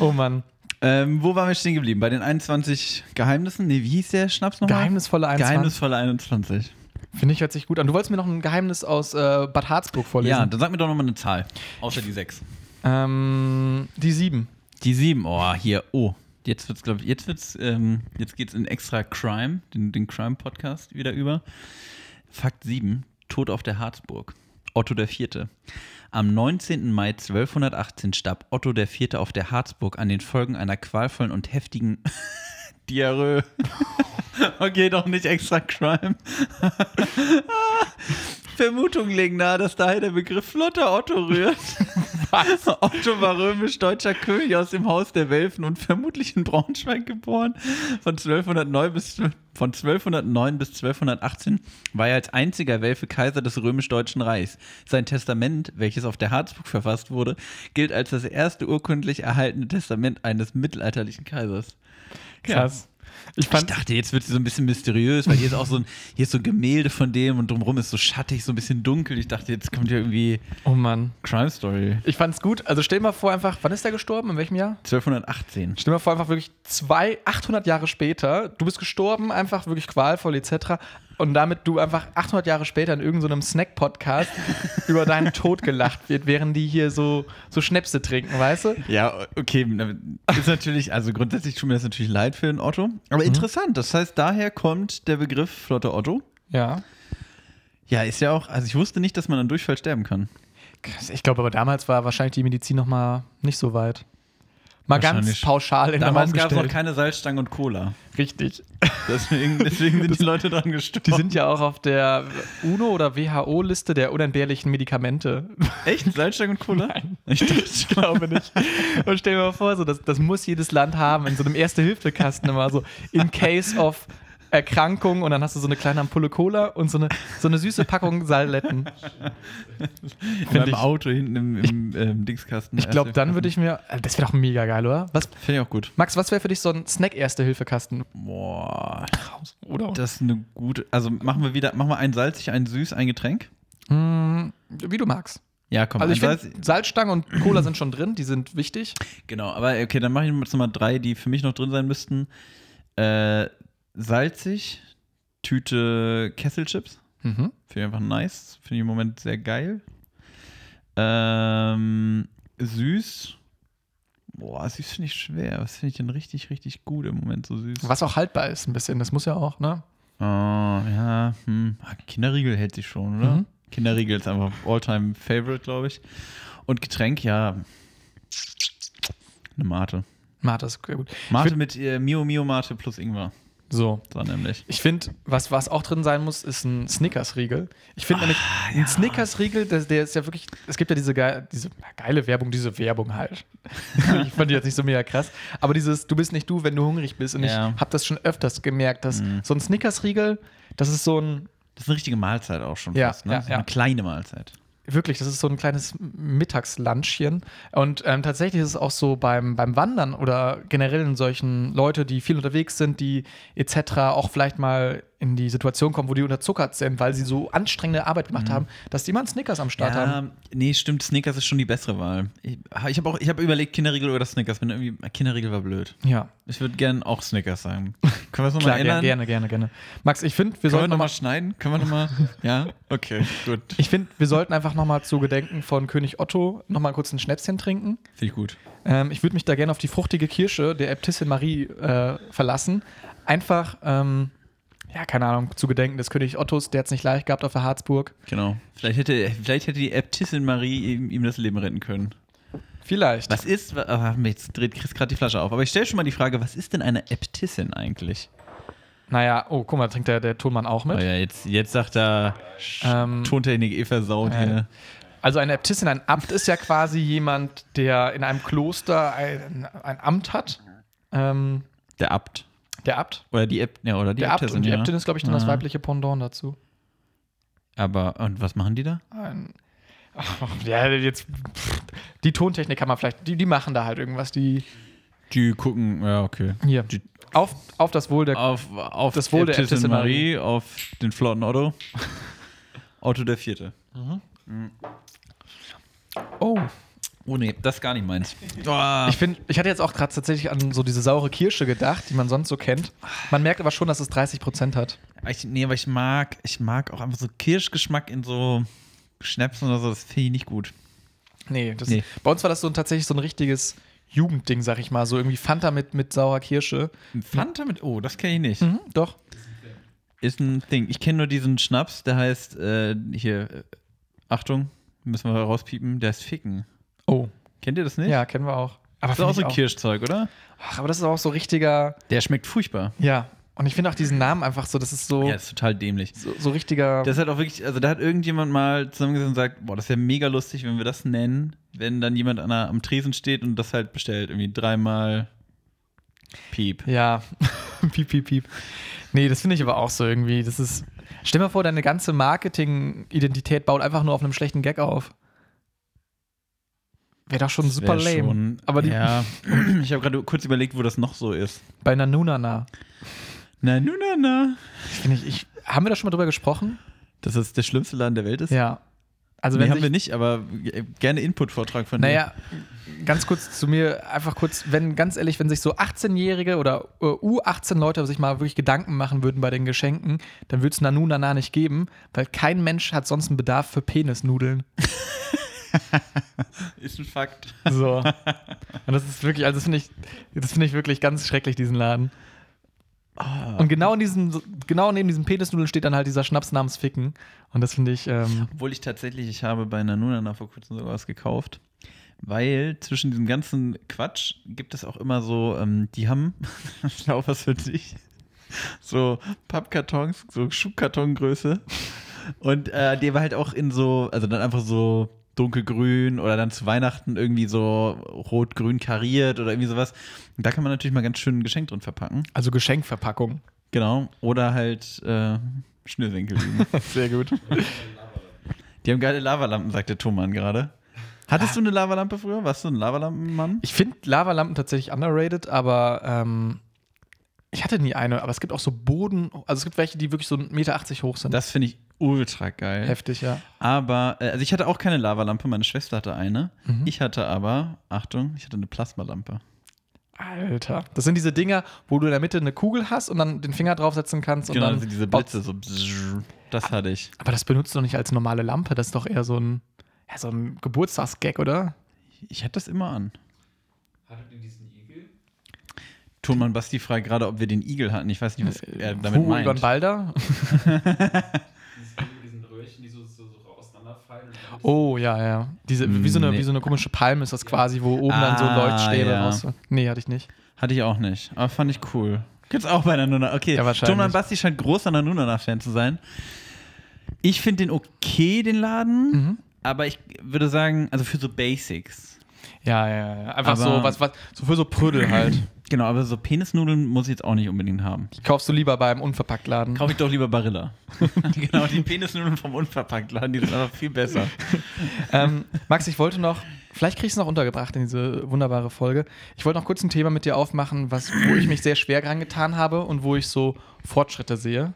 Oh Mann. [LAUGHS] Ähm, wo waren wir stehen geblieben? Bei den 21 Geheimnissen? Nee, wie hieß der Schnaps nochmal? Geheimnisvolle 21. Geheimnisvolle 21. Finde ich, hört sich gut an. Du wolltest mir noch ein Geheimnis aus äh, Bad Harzburg Ja, vorlesen. dann sag mir doch nochmal eine Zahl. Außer die 6. Ähm, die sieben. Die 7, oh, hier, oh. Jetzt wird's, glaube ich, jetzt wird's, ähm, jetzt geht's in extra Crime, den, den Crime-Podcast wieder über. Fakt 7, Tod auf der Harzburg. Otto IV. Am 19. Mai 1218 starb Otto IV. auf der Harzburg an den Folgen einer qualvollen und heftigen [LAUGHS] Diarrhoe. [LAUGHS] okay, doch nicht extra Crime. [LAUGHS] Vermutungen legen nahe, dass daher der Begriff flotter Otto rührt. Was? [LAUGHS] Otto war römisch-deutscher König aus dem Haus der Welfen und vermutlich in Braunschweig geboren. Von 1209 bis, von 1209 bis 1218 war er als einziger Welfe Kaiser des römisch-deutschen Reichs. Sein Testament, welches auf der Harzburg verfasst wurde, gilt als das erste urkundlich erhaltene Testament eines mittelalterlichen Kaisers. Ja. Krass. Ich Ich fand, dachte, jetzt wird sie so ein bisschen mysteriös, weil hier ist auch so ein, hier ist so ein Gemälde von dem und drumherum ist so schattig, so ein bisschen dunkel. Ich dachte, jetzt kommt hier irgendwie oh Mann. Crime Story. Ich fand's gut. Also stell dir mal vor einfach, wann ist der gestorben? In welchem Jahr? 1218. Stell dir mal vor, einfach wirklich zwei, 800 Jahre später, du bist gestorben, einfach wirklich qualvoll etc. Und damit du einfach 800 Jahre später in irgendeinem Snack-Podcast [LAUGHS] über deinen Tod gelacht wird, während die hier so, so Schnäpse trinken, weißt du? Ja, okay. Ist natürlich, also grundsätzlich tut mir das natürlich leid für den Mhm. Otto. Aber interessant, das heißt, daher kommt der Begriff Flotte Otto. Ja. Ja, ist ja auch, also ich wusste nicht, dass man an Durchfall sterben kann. Krass, Ich glaube, aber damals war wahrscheinlich die Medizin noch mal nicht so weit. Mal ganz Wahrscheinlich. pauschal in den Raum Damals gab es noch gestellt. keine Salzstangen und Cola. Richtig. Deswegen, deswegen sind die Leute dran gestorben. Die sind ja auch auf der UNO- oder WHO-Liste der unentbehrlichen Medikamente. echt Salzstangen und Cola? Ich dachte schon. glaube nicht. Und stell dir mal vor, so, das, das muss jedes Land haben, in so einem Erste-Hilfe-Kasten immer so, in case of Erkrankung und dann hast du so eine kleine Ampulle Cola und so eine, so eine süße Packung Saletten. Beim ich- Auto hinten im, im ähm, Dingskasten. Ich glaube, dann würde ich mir, äh, das wäre doch mega geil, oder? Was, Finde ich auch gut. Max, was wäre für dich so ein Snack-Erste-Hilfe-Kasten? Boah. Oder? Das ist eine gute. Also machen wir wieder, machen wir ein salzig, ein süß, ein Getränk. Wie du magst. Ja, komm, Also ein ich finde, Salzstangen und Cola sind schon drin, die sind wichtig. Genau, aber okay, dann mache ich jetzt nochmal drei, die für mich noch drin sein müssten. Äh, salzig, Tüte Kesselchips. Mhm. Finde ich einfach nice. Finde ich im Moment sehr geil. Ähm, süß. Boah, süß finde ich schwer. Was finde ich denn richtig, richtig gut im Moment so süß? Was auch haltbar ist ein bisschen, das muss ja auch, ne? Oh, ja, hm. Ah, Kinderriegel hält sich schon, oder? Mhm. Kinderriegel ist einfach Alltime favorite glaube ich. Und Getränk, ja. Eine Mate. Marte ist gut. Mate mit äh, Mio Mio Mate plus Ingwer. So, So nämlich. Ich finde, was, was auch drin sein muss, ist ein Snickers-Riegel. Ich finde nämlich, ein Snickers-Riegel, der, der ist ja wirklich, es gibt ja diese, geil, diese ja, geile Werbung, diese Werbung halt. [LAUGHS] ich fand die jetzt nicht so mega krass. Aber dieses, du bist nicht du, wenn du hungrig bist. Und Ja. ich habe das schon öfters gemerkt, dass so ein Snickers-Riegel, das ist so ein, Das ist eine richtige Mahlzeit auch schon Ja, fast, ne? ja, So Eine ja. kleine Mahlzeit. Wirklich, das ist so ein kleines Mittagslunchchen. Und ähm, tatsächlich ist es auch so beim, beim Wandern oder generell in solchen Leute, die viel unterwegs sind, die etc. auch vielleicht mal in die Situation kommen, wo die unterzuckert sind, weil sie so anstrengende Arbeit gemacht haben, dass die Mhm. mal einen Snickers am Start haben. nee, stimmt, Snickers ist schon die bessere Wahl. Ich, ich habe auch, ich habe überlegt, Kinderriegel oder Snickers, bin irgendwie, äh, Kinderriegel war blöd. Ja, Ich würde gerne auch Snickers sagen. Können wir es klar, nochmal gerne, ändern? gerne, gerne, gerne. Max, ich finde, wir Können wir sollten nochmal nochmal. schneiden? Können wir nochmal? ja? Okay, gut. Ich finde, wir sollten einfach nochmal zu Gedenken von König Otto nochmal kurz ein Schnäpschen trinken. Finde ich gut. Ähm, ich würde mich da gerne auf die fruchtige Kirsche der Äbtissin Marie äh, verlassen. Einfach, ähm, ja, keine Ahnung, zu gedenken des König Ottos, der hat es nicht leicht gehabt auf der Harzburg. Genau. Vielleicht hätte, vielleicht hätte die Äbtissin Marie ihm, ihm das Leben retten können. Vielleicht. Was ist, wa- ah, jetzt dreht Chris gerade die Flasche auf, aber ich stelle schon mal die Frage, was ist denn eine Äbtissin eigentlich? Naja, oh, guck mal, trinkt der, der Tonmann auch Oh mit. ja, jetzt, jetzt sagt er, Ähm, äh, Tontechnik eh versaut hier. also eine Äbtissin, ein Abt ist ja quasi jemand, der in einem Kloster ein, ein Amt hat. Ähm, Der Abt. der Abt. Oder die, Äb ja, oder die Der Abt Äbtissin. und die ja. Äbtin ist, glaube ich, dann das Ah. weibliche Pendant dazu. Aber, und was machen die da? Ein, [LAUGHS] ja, jetzt. Pff, die Tontechnik kann man vielleicht. Die, die machen da halt irgendwas. Die. Die gucken, ja, okay. Hier. Die- Auf, auf das Wohl der. Auf, auf Das Wohl der Äbtissin Marie, auf den flotten [LAUGHS] Otto. Otto der Vierte. Oh. Oh nee, das ist gar nicht meins. Ich finde, ich hatte jetzt auch gerade tatsächlich an so diese saure Kirsche gedacht, die man sonst so kennt. Man merkt aber schon, dass es 30 Prozent hat. Ich, nee, aber ich mag, ich mag auch einfach so Kirschgeschmack in so Schnäpsen oder so, das finde ich nicht gut. Nee, das, Nee. bei uns war das so ein, tatsächlich so ein richtiges Jugendding, sag ich mal. So irgendwie Fanta mit, mit saurer Kirsche. Fanta mit, oh, das kenne ich nicht. Mhm, doch. Ist ein Ding. Ich kenne nur diesen Schnaps, der heißt, äh, hier, äh, Achtung, müssen wir rauspiepen, der heißt Ficken. Oh. Kennt ihr das nicht? Ja, kennen wir auch. Aber, Das ist auch so auch. Kirschzeug, oder? Ach, aber das ist auch so richtiger. Der schmeckt furchtbar. Ja. Und ich finde auch diesen Namen einfach so, das ist so, Ja, ist total dämlich. so, so richtiger. Das hat auch wirklich, also da hat irgendjemand mal zusammengesessen und sagt, boah, das ist ja mega lustig, wenn wir das nennen, wenn dann jemand an der, am Tresen steht und das halt bestellt, irgendwie dreimal Piep. Ja, [LAUGHS] piep, piep, piep. Nee, das finde ich aber auch so irgendwie. Das ist. Stell dir mal vor, deine ganze Marketing-Identität baut einfach nur auf einem schlechten Gag auf. Wäre doch schon super Wär lame. Schon, aber die, ja, ich habe gerade kurz überlegt, wo das noch so ist. bei Nanunana. Na, nu, na, na. Find ich, ich, haben wir da schon mal drüber gesprochen? Dass das der schlimmste Laden der Welt ist? Ja. Also, nee, wenn haben sich, wir nicht, aber äh, gerne Input-Vortrag von Naja, ganz kurz zu mir, einfach kurz, wenn, ganz ehrlich, wenn sich so 18-Jährige oder äh, U18-Leute sich mal wirklich Gedanken machen würden bei den Geschenken, dann würde es Nanu Nana nicht geben, weil kein Mensch hat sonst einen Bedarf für Penisnudeln. dir. Ist ein Fakt. So. Und das ist wirklich, also das finde ich, das finde ich wirklich ganz schrecklich, diesen Laden. Ah. Und genau, in diesem, genau neben diesem Penisnudeln steht dann halt dieser Schnaps namens Ficken. Und das finde ich. Ähm, Obwohl ich tatsächlich, ich habe bei Nanunana vor kurzem sogar was gekauft. Weil zwischen diesem ganzen Quatsch gibt es auch immer so, ähm, die haben, [LAUGHS] das ist auch was für dich, so Pappkartons, so Schuhkartongröße. Und äh, die war halt auch in so, also dann einfach so dunkelgrün oder dann zu Weihnachten irgendwie so rot-grün kariert oder irgendwie sowas. Und da kann man natürlich mal ganz schön ein Geschenk drin verpacken. also Geschenkverpackung. Genau. Oder halt äh, Schnürsenkel. [LAUGHS] Sehr gut. Die haben geile Lavalampen, sagte Thomann gerade. Hattest du eine Lavalampe früher? Warst du ein Lavalampenmann? Ah. Ich finde Lavalampen tatsächlich underrated, aber ähm, ich hatte nie eine. Aber es gibt auch so Boden. Also es gibt welche, die wirklich so 1,80 Meter hoch sind. Das finde ich ultra geil. Heftig, ja. Aber, äh, also ich hatte auch keine Lavalampe, meine Schwester hatte eine. Mhm. Ich hatte aber, Achtung, ich hatte eine Plasmalampe. Alter. Das sind diese Dinger, wo du in der Mitte eine Kugel hast und dann den Finger draufsetzen kannst. Genau, und also dann Ah. diese baut- Blitze, so bzzz, das hatte ich. Aber das benutzt du doch nicht als normale Lampe. Das ist doch eher so ein, ja, so ein Geburtstagsgag, oder? Ich hatte das immer an. Hattet ihr diesen Igel? Thomann Basti fragt gerade, ob wir den Igel hatten. Ich weiß nicht, was Äh, er damit Hu über den meint. Balder? mit diesen Röhrchen, die so, so, so auseinanderfallen. Und dann Oh, ja, ja. Diese, wie, so eine, Nee. wie so eine komische Palme ist das quasi, wo oben dann so Ah, Leuchtstäbe ja. raus. Nee, hatte ich nicht. Hatte ich auch nicht, aber fand ich cool. Gibt's auch bei Nanuna. Okay, Ja, wahrscheinlich. Thomann Basti scheint großer Nanuna-Fan zu sein. Ich finde den okay, den Laden, aber ich würde sagen, also für so Basics. Ja, ja, ja. Einfach Aber- so, was, was, so für so Prödel halt. [CLEARS THROAT] Genau, aber so Penisnudeln muss ich jetzt auch nicht unbedingt haben. Kaufst du lieber beim Unverpacktladen. Kaufe ich doch lieber [LAUGHS] Barilla. genau, die Penisnudeln vom Unverpacktladen, die sind einfach viel besser. ähm, Max, ich wollte noch, vielleicht kriegst du es noch untergebracht in diese wunderbare Folge. Ich wollte noch kurz ein Thema mit dir aufmachen, was, wo ich mich sehr schwer dran getan habe und wo ich so Fortschritte sehe.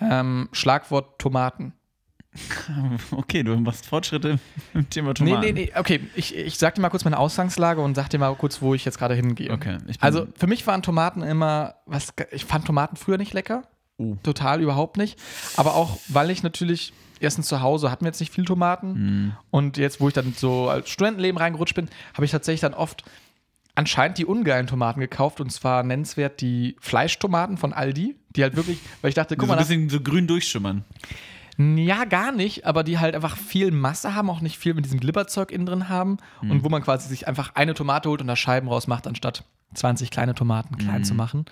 Ähm, Schlagwort Tomaten. [LAUGHS] Okay, du machst Fortschritte im Thema Tomaten. Nee, nee, nee. Okay, ich, ich sag dir mal kurz meine Ausgangslage und sag dir mal kurz, wo ich jetzt gerade hingehe. Okay, ich bin- also für mich waren Tomaten immer was. ge- Ich fand Tomaten früher nicht lecker. Oh. Total überhaupt nicht. Aber auch, weil ich natürlich erstens zu Hause hatten wir jetzt nicht viel Mhm. Tomaten. Und jetzt, wo ich dann so als Studentenleben reingerutscht bin, habe ich tatsächlich dann oft anscheinend die ungeilen Tomaten gekauft. Und zwar nennenswert die Fleischtomaten von Aldi. Die halt wirklich, weil ich dachte, guck so mal, ein das bisschen so grün durchschimmern. ja, gar nicht, aber die halt einfach viel Masse haben, auch nicht viel mit diesem Glibberzeug innen drin haben und wo man quasi sich einfach eine Tomate holt und da Scheiben rausmacht, anstatt 20 kleine Tomaten klein zu machen.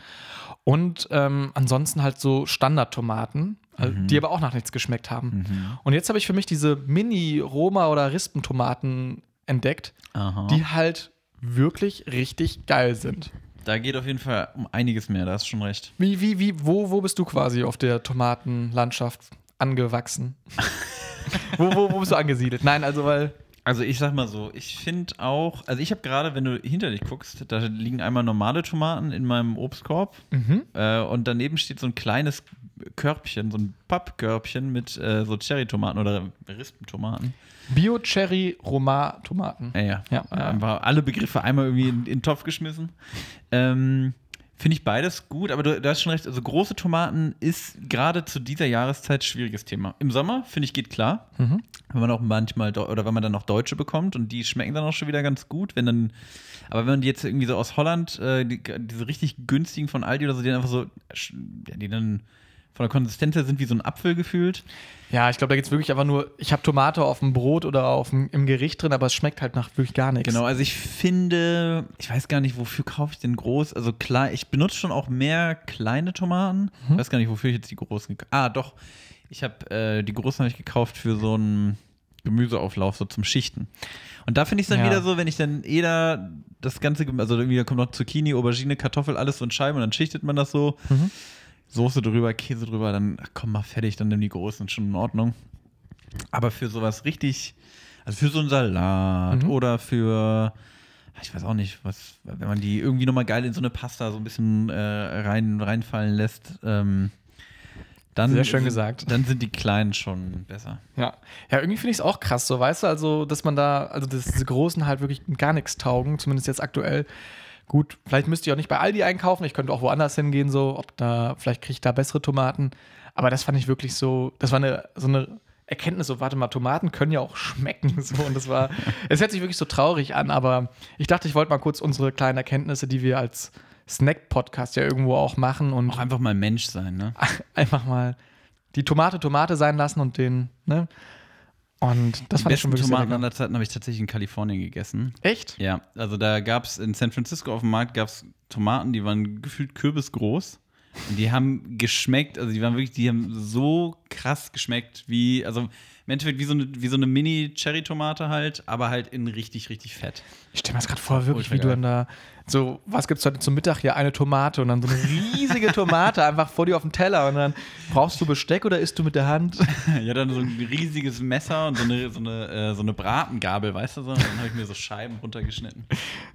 Und ähm, ansonsten halt so Standardtomaten, äh, die aber auch nach nichts geschmeckt haben. Mhm. Und jetzt habe ich für mich diese Mini-Roma- oder Rispentomaten entdeckt, Aha. die halt wirklich richtig geil sind. da geht auf jeden Fall um einiges mehr, da hast du schon recht. Wie, wie, wie, wo, wo bist du quasi auf der Tomatenlandschaft [LAUGHS] angewachsen? wo, wo, wo bist du angesiedelt? Nein, also weil. Also ich sag mal so, ich finde auch, also ich habe gerade, wenn du hinter dich guckst, da liegen einmal normale Tomaten in meinem Obstkorb äh, und daneben steht so ein kleines Körbchen, so ein Pappkörbchen mit äh, so Cherrytomaten oder Rispentomaten. Bio-Cherry-Roma-Tomaten. Äh, ja, Mhm. Ja, ja. Einfach alle Begriffe einmal irgendwie in, in den Topf geschmissen. Ähm, finde ich beides gut, aber du, du hast schon recht, also große Tomaten ist gerade zu dieser Jahreszeit schwieriges Thema. Im Sommer, finde ich, geht klar. Wenn man auch manchmal, Deu- oder wenn man dann noch Deutsche bekommt und die schmecken dann auch schon wieder ganz gut, wenn dann, aber wenn man die jetzt irgendwie so aus Holland, äh, die, diese richtig günstigen von Aldi oder so, die dann einfach so, sch- ja, die dann von der Konsistenz her sind wie so ein Apfel gefühlt. Ja, ich glaube, da geht es wirklich einfach nur, ich habe Tomate auf dem Brot oder auf dem, im Gericht drin, aber es schmeckt halt nach wirklich gar nichts. Genau, also ich finde, ich weiß gar nicht, wofür kaufe ich denn groß? Also klar, ich benutze schon auch mehr kleine Tomaten. Ich weiß gar nicht, wofür ich jetzt die großen gekauft Ah, doch. Ich habe äh, die großen habe ich gekauft für so einen Gemüseauflauf, so zum Schichten. Und da finde ich es dann Ja. wieder so, wenn ich dann eh da das ganze, Gemü- also irgendwie da kommt noch Zucchini, Aubergine, Kartoffel, alles so in Scheiben und dann schichtet man das so. Soße drüber, Käse drüber, dann ach, komm mal fertig, dann nimm die großen schon in Ordnung. Aber für sowas richtig, also für so einen Salat Mhm. oder für, ah, ich weiß auch nicht, was, wenn man die irgendwie nochmal geil in so eine Pasta so ein bisschen äh, rein, reinfallen lässt, ähm, dann, Sehr schön sind, gesagt. dann sind die Kleinen schon besser. Ja. ja, irgendwie finde ich es auch krass, so weißt du, also, dass man da, also dass diese Großen halt wirklich gar nichts taugen, zumindest jetzt aktuell. Gut, vielleicht müsst ihr auch nicht bei Aldi einkaufen, ich könnte auch woanders hingehen, so, ob da, vielleicht kriege ich da bessere Tomaten. Aber das fand ich wirklich so, das war eine, so eine Erkenntnis, so, warte mal, Tomaten können ja auch schmecken, [LAUGHS] so. Und das war, es hört sich wirklich so traurig an, aber ich dachte, ich wollte mal kurz unsere kleinen Erkenntnisse, die wir als Snack-Podcast ja irgendwo auch machen und Auch einfach mal Mensch sein, ne? [LAUGHS] einfach mal die Tomate Tomate sein lassen und den, ne? Und das Die fand ich besten schon wirklich sehr Tomaten lecker. aller Zeiten habe ich tatsächlich in Kalifornien gegessen. Echt? Ja, also da gab es in San Francisco auf dem Markt gab's Tomaten, die waren gefühlt kürbisgroß. Und die haben geschmeckt, also die waren wirklich, die haben so krass geschmeckt, wie, also im Endeffekt wie so eine, wie so eine Mini-Cherry-Tomate halt, aber halt in richtig, richtig fett. [LAUGHS] Ich stelle mir das gerade vor, wirklich, Ultra wie du geil. dann da so, was gibt's heute zum Mittag hier? Eine Tomate und dann so eine riesige Tomate einfach vor dir auf dem Teller und dann brauchst du Besteck oder isst du mit der Hand? [LAUGHS] Ja, dann so ein riesiges Messer und so eine, so eine, äh, so eine Bratengabel, weißt du so? Und dann habe ich mir so Scheiben runtergeschnitten.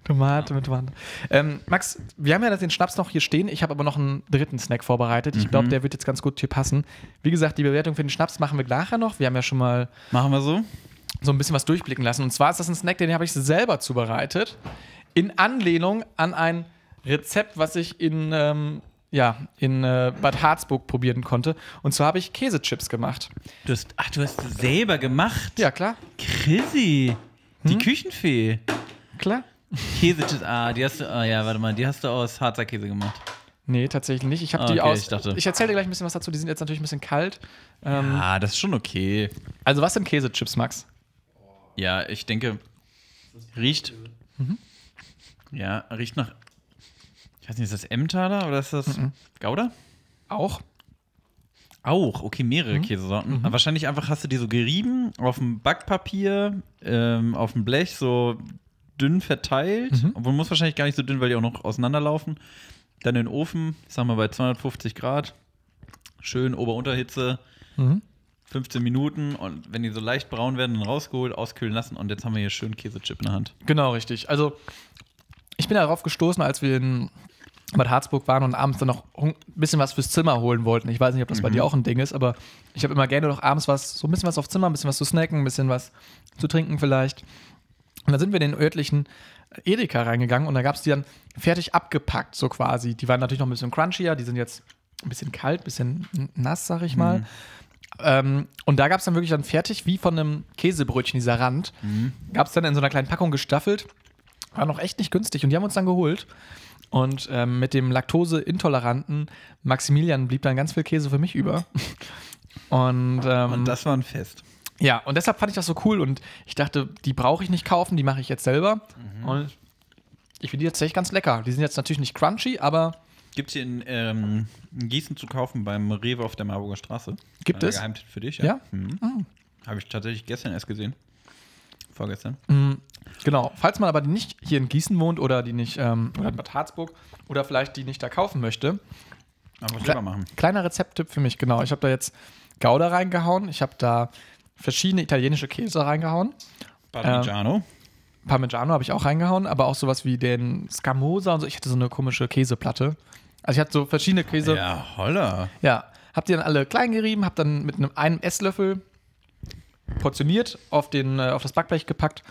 Tomate mit Tomate. Ähm, Max, wir haben ja den Schnaps noch hier stehen. Ich habe aber noch einen dritten Snack vorbereitet. Ich glaube, der wird jetzt ganz gut hier passen. Wie gesagt, die Bewertung für den Schnaps machen wir nachher noch. Wir haben ja schon mal Machen wir so? so ein bisschen was durchblicken lassen. Und zwar ist das ein Snack, den habe ich selber zubereitet. In Anlehnung an ein Rezept, was ich in, ähm, ja, in äh, Bad Harzburg probieren konnte. Und zwar habe ich Käsechips gemacht. Du hast, ach, du hast selber gemacht? Ja, klar. Chrissy, die Küchenfee. Klar. Käse, ah, die hast du, ah ja, warte mal, die hast du aus Harzer Käse gemacht. Nee, tatsächlich nicht. Ich habe Ah, die okay, aus. ich dachte. ich erzähle dir gleich ein bisschen was dazu. Die sind jetzt natürlich ein bisschen kalt. Ähm, Ah, das ist schon okay. Also, was sind Käsechips, Max? Ja, ich denke, riecht. Mhm. Ja, riecht nach. Ich weiß nicht, ist das Emmentaler oder ist das Gouda? Auch. Auch, okay, mehrere Käsesorten. Aber wahrscheinlich einfach hast du die so gerieben, auf dem Backpapier, ähm, auf dem Blech, so dünn verteilt. Obwohl muss wahrscheinlich gar nicht so dünn, weil die auch noch auseinanderlaufen. Dann in den Ofen, ich sag mal bei 250 Grad. Schön Ober-Unterhitze. Mhm. 15 Minuten und wenn die so leicht braun werden, dann rausgeholt, auskühlen lassen und jetzt haben wir hier schön Käsechip in der Hand. Genau, richtig. Also, ich bin darauf gestoßen, als wir in Bad Harzburg waren und abends dann noch ein bisschen was fürs Zimmer holen wollten. Ich weiß nicht, ob das bei dir auch ein Ding ist, aber ich habe immer gerne noch abends was, so ein bisschen was auf Zimmer, ein bisschen was zu snacken, ein bisschen was zu trinken vielleicht. Und dann sind wir in den örtlichen Edeka reingegangen und da gab es die dann fertig abgepackt, so quasi. Die waren natürlich noch ein bisschen crunchier, die sind jetzt ein bisschen kalt, ein bisschen n- nass, sag ich Mhm. mal. Ähm, und da gab es dann wirklich dann fertig, wie von einem Käsebrötchen, dieser Rand, Mhm. gab es dann in so einer kleinen Packung gestaffelt. War noch echt nicht günstig und die haben uns dann geholt. Und ähm, mit dem Laktoseintoleranten Maximilian blieb dann ganz viel Käse für mich über. [LAUGHS] Und, ähm, Und das war ein Fest. ja, und deshalb fand ich das so cool und ich dachte, die brauche ich nicht kaufen, die mache ich jetzt selber. Und ich finde die tatsächlich ganz lecker. Die sind jetzt natürlich nicht crunchy, aber Gibt es hier in, ähm, in Gießen zu kaufen beim Rewe auf der Marburger Straße. Gibt Kleiner es? Geheimtipp für dich, Ja? Mhm. Habe ich tatsächlich gestern erst gesehen. Vorgestern. genau. Falls man aber die nicht hier in Gießen wohnt oder die nicht, ähm, oder in Bad Harzburg oder vielleicht die nicht da kaufen möchte, Aber Kle- selber machen. Kleiner Rezepttipp für mich, genau. Ich habe da jetzt Gouda reingehauen, ich habe da verschiedene italienische Käse reingehauen. Parmigiano. Parmigiano habe ich auch reingehauen, aber auch sowas wie den Scamosa und so. Ich hatte so eine komische Käseplatte. Also ich hatte so verschiedene Käse. ja, holla. Ja, hab die dann alle klein gerieben, hab dann mit einem, einem Esslöffel portioniert auf, den, äh, auf das Backblech gepackt.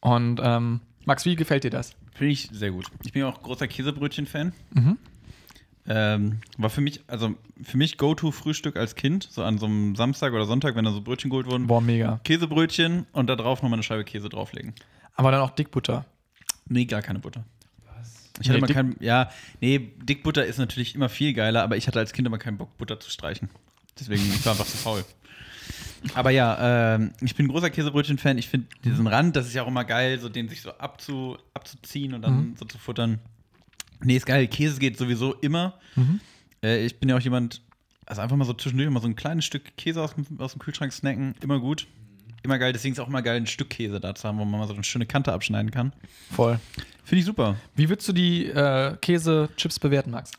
Und ähm, Max, wie gefällt dir das? Finde ich sehr gut. Ich bin ja auch großer Käsebrötchen-Fan. Ähm, war für mich, also für mich Go-To-Frühstück als Kind, so an so einem Samstag oder Sonntag, wenn da so Brötchen geholt wurden. Boah, mega. Käsebrötchen und da drauf nochmal eine Scheibe Käse drauflegen. Aber dann auch Dickbutter. Nee, gar keine Butter. Ich hatte Nee, mal dick- keinen, ja, nee, Dickbutter ist natürlich immer viel geiler, aber ich hatte als Kind immer keinen Bock, Butter zu streichen. Deswegen ich war einfach zu faul. Aber ja, ähm, ich bin großer Käsebrötchen-Fan. Ich finde Mhm. diesen Rand, das ist ja auch immer geil, so den sich so abzu, abzuziehen und Mhm. dann so zu futtern. Nee, ist geil. Käse geht sowieso immer. Mhm. Äh, ich bin ja auch jemand, also einfach mal so zwischendurch mal so ein kleines Stück Käse aus dem, aus dem Kühlschrank snacken. Immer gut. Immer geil. Deswegen ist auch immer geil, ein Stück Käse da zu haben, wo man mal so eine schöne Kante abschneiden kann. Voll. Finde ich super. Wie würdest du die äh, Käse-Chips bewerten, Max?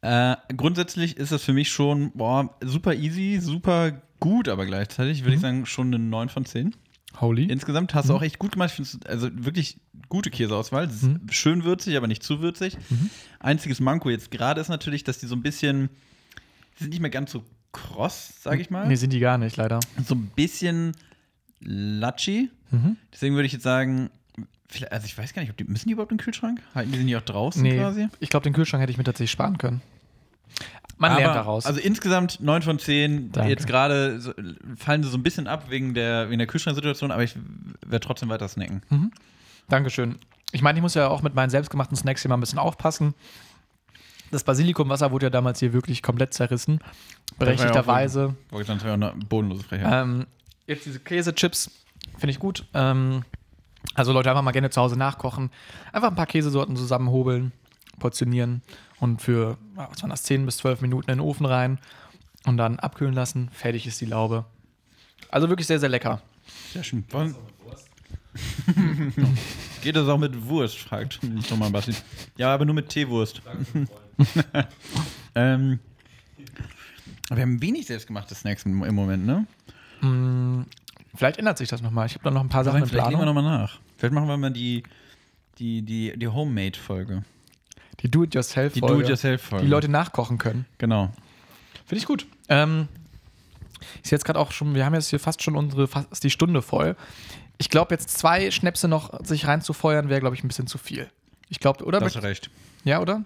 Äh, grundsätzlich ist das für mich schon boah, super easy, super gut, aber gleichzeitig Mhm. würde ich sagen, schon eine 9 von 10. Holy. Insgesamt hast du Mhm. auch echt gut gemacht. Ich find's, also wirklich gute Käseauswahl. Es ist Mhm. Schön würzig, aber nicht zu würzig. Einziges Manko jetzt gerade ist natürlich, dass die so ein bisschen, die sind nicht mehr ganz so kross, sage ich mal. Nee, sind die gar nicht, leider. So ein bisschen latschi. Mhm. Deswegen würde ich jetzt sagen, vielleicht- also ich weiß gar nicht, ob die, müssen die überhaupt im Kühlschrank? Halten die sind ja auch draußen Nee, quasi? ich glaube, den Kühlschrank hätte ich mir tatsächlich sparen können. Man Aber, lernt daraus. Also insgesamt 9 von 10. Danke. Jetzt gerade so, fallen sie so ein bisschen ab wegen der, wegen der Kühlschranksituation, aber ich werde trotzdem weiter Hm. snacken. Dankeschön. Ich meine, ich muss ja auch mit meinen selbstgemachten Snacks immer ein bisschen aufpassen. Das Basilikumwasser wurde ja damals hier wirklich komplett zerrissen. Berechtigterweise. Wollte ich natürlich auch eine bodenlose Frechheit. Ähm, jetzt diese Käsechips finde ich gut. Ähm, also Leute, einfach mal gerne zu Hause nachkochen. Einfach ein paar Käsesorten zusammenhobeln, portionieren und für ah, was waren das, 10 bis 12 Minuten in den Ofen rein und dann abkühlen lassen. Fertig ist die Laube. Also wirklich sehr, sehr lecker. Sehr schön. Wollen- [LAUGHS] Geht das auch mit Wurst, fragt schon mal Basti. Ja, aber nur mit Teewurst. [LAUGHS] ähm, wir haben wenig selbstgemachte Snacks im, im Moment, ne? Vielleicht ändert sich das nochmal. Ich habe da noch ein paar Sachen Sagen, in vielleicht legen Planung. wir nochmal nach. Vielleicht machen wir mal die, die, die, die Homemade-Folge. die Do-it-yourself-Folge. Die Do-it-yourself-Folge. Die Leute nachkochen können. Genau. Finde ich gut. Ähm, ist jetzt gerade auch schon, wir haben jetzt hier fast schon unsere, fast die Stunde voll. Ich glaube, jetzt zwei Schnäpse noch sich reinzufeuern, wäre, glaube ich, ein bisschen zu viel. Ich glaube, oder? Da hast du recht. Ja, oder?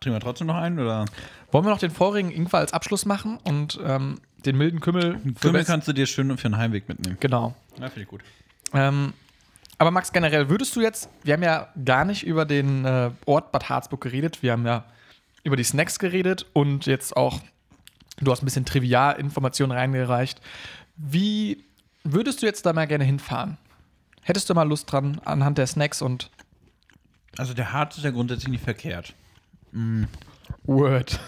Trinken wir trotzdem noch einen? Oder? Wollen wir noch den vorigen Ingwer als Abschluss machen und ähm, den milden Kümmel? für Kümmel best- kannst du dir schön für den Heimweg mitnehmen. Genau. Ja, finde ich gut. Ähm, aber Max, generell würdest du jetzt, wir haben ja gar nicht über den äh, Ort Bad Harzburg geredet, wir haben ja über die Snacks geredet und jetzt auch, du hast ein bisschen Trivialinformationen reingereicht. Wie würdest du jetzt da mal gerne hinfahren? Hättest du mal Lust dran anhand der Snacks und Also der Harz ist ja grundsätzlich nicht verkehrt. Word?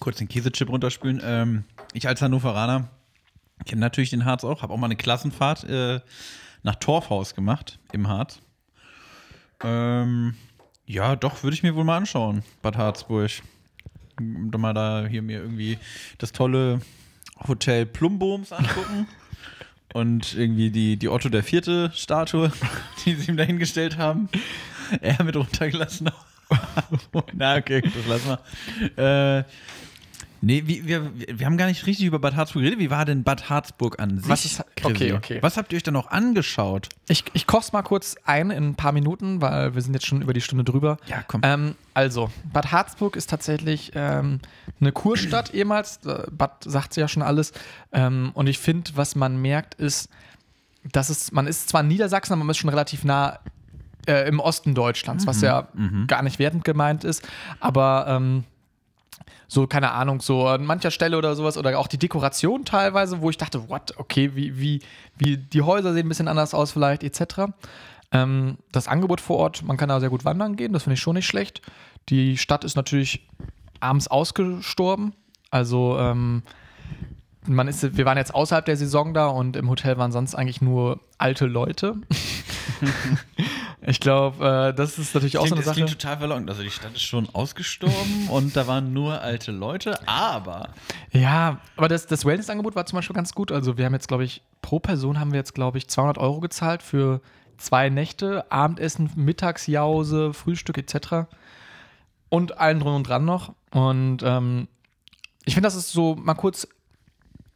kurz den Käsechip runterspülen. Ähm, ich als Hannoveraner kenne natürlich den Harz auch, habe auch mal eine Klassenfahrt äh, nach Torfhaus gemacht im Harz. Ähm, ja, doch, würde ich mir wohl mal anschauen, Bad Harzburg. M- Mal da hier mir irgendwie das tolle Hotel Plumboms [LAUGHS] angucken. Und irgendwie die, die Otto der Vierte Statue, [LAUGHS] die sie ihm dahingestellt haben. Er mit runtergelassen. [LAUGHS] Na, okay, das lassen wir. Äh, nee, wir, wir, wir haben gar nicht richtig über Bad Harzburg geredet. Wie war denn Bad Harzburg an sich? Was ist- okay, Chrissy? okay. Was habt ihr euch denn noch angeschaut? Ich, ich koch's mal kurz ein in ein paar Minuten, weil wir sind jetzt schon über die Stunde drüber. Ja, komm. Ähm, also, Bad Harzburg ist tatsächlich ähm, eine Kurstadt ehemals. Äh, Bad sagt ja schon alles. Ähm, und ich finde, was man merkt, ist, dass es, man ist zwar in Niedersachsen, aber man ist schon relativ nah äh, im Osten Deutschlands, was ja gar nicht wertend gemeint ist, aber ähm, so, keine Ahnung, so an mancher Stelle oder sowas oder auch die Dekoration teilweise, wo ich dachte, what, okay, wie, wie, wie, die Häuser sehen ein bisschen anders aus vielleicht, etc. Ähm, das Angebot vor Ort, man kann da sehr gut wandern gehen, das finde ich schon nicht schlecht. Die Stadt ist natürlich abends ausgestorben, also ähm, man ist, wir waren jetzt außerhalb der Saison da und im Hotel waren sonst eigentlich nur [LAUGHS] alte Leute. ich glaube, äh, das ist natürlich auch so eine das Sache. klingt total verlockend. Also die Stadt ist schon [LAUGHS] ausgestorben und da waren nur alte Leute, aber Ja, aber das, das Wellness-Angebot war zum Beispiel ganz gut. Also wir haben jetzt, glaube ich, pro Person haben wir jetzt, glaube ich, 200 Euro gezahlt für zwei Nächte, Abendessen, Mittagsjause, Frühstück etc. Und allen drum und dran noch. Und ähm, ich finde, das ist so mal kurz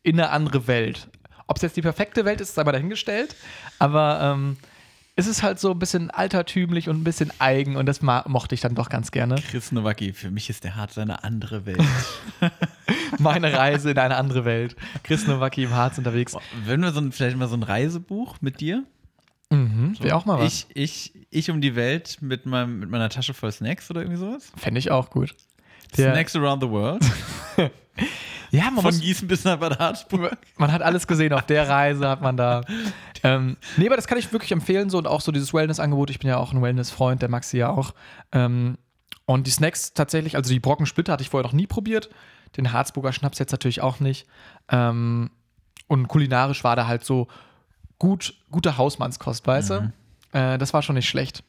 in eine andere Welt. Ob es jetzt die perfekte Welt ist, sei mal dahingestellt. Aber ähm, es ist halt so ein bisschen altertümlich und ein bisschen eigen und das ma- mochte ich dann doch ganz gerne. Chris Nowacki, für mich ist der Harz eine andere Welt. Meine Reise in eine andere Welt. Chris Nowacki im Harz unterwegs. Würden wir [LAUGHS] so ein, vielleicht mal so ein Reisebuch mit dir? Mhm, wäre auch mal was. Ich, ich, ich um die Welt mit, meinem, mit meiner Tasche voll Snacks oder irgendwie sowas? Fände ich auch gut. Der, Snacks around the world? ja, [LAUGHS] man, Von muss, Gießen bis nach Bad Harzburg? man hat alles gesehen. Auf der Reise hat man [LAUGHS] da. Ähm, nee, aber das kann ich wirklich empfehlen. So und auch so dieses Wellness-Angebot. Ich bin ja auch ein Wellness-Freund, der Maxi ja auch. Ähm, und die Snacks tatsächlich, also die Brockensplitter hatte ich vorher noch nie probiert. Den Harzburger Schnaps jetzt natürlich auch nicht. Ähm, und kulinarisch war da halt so gut, gute Hausmannskost, weißt du? Äh, das war schon nicht schlecht.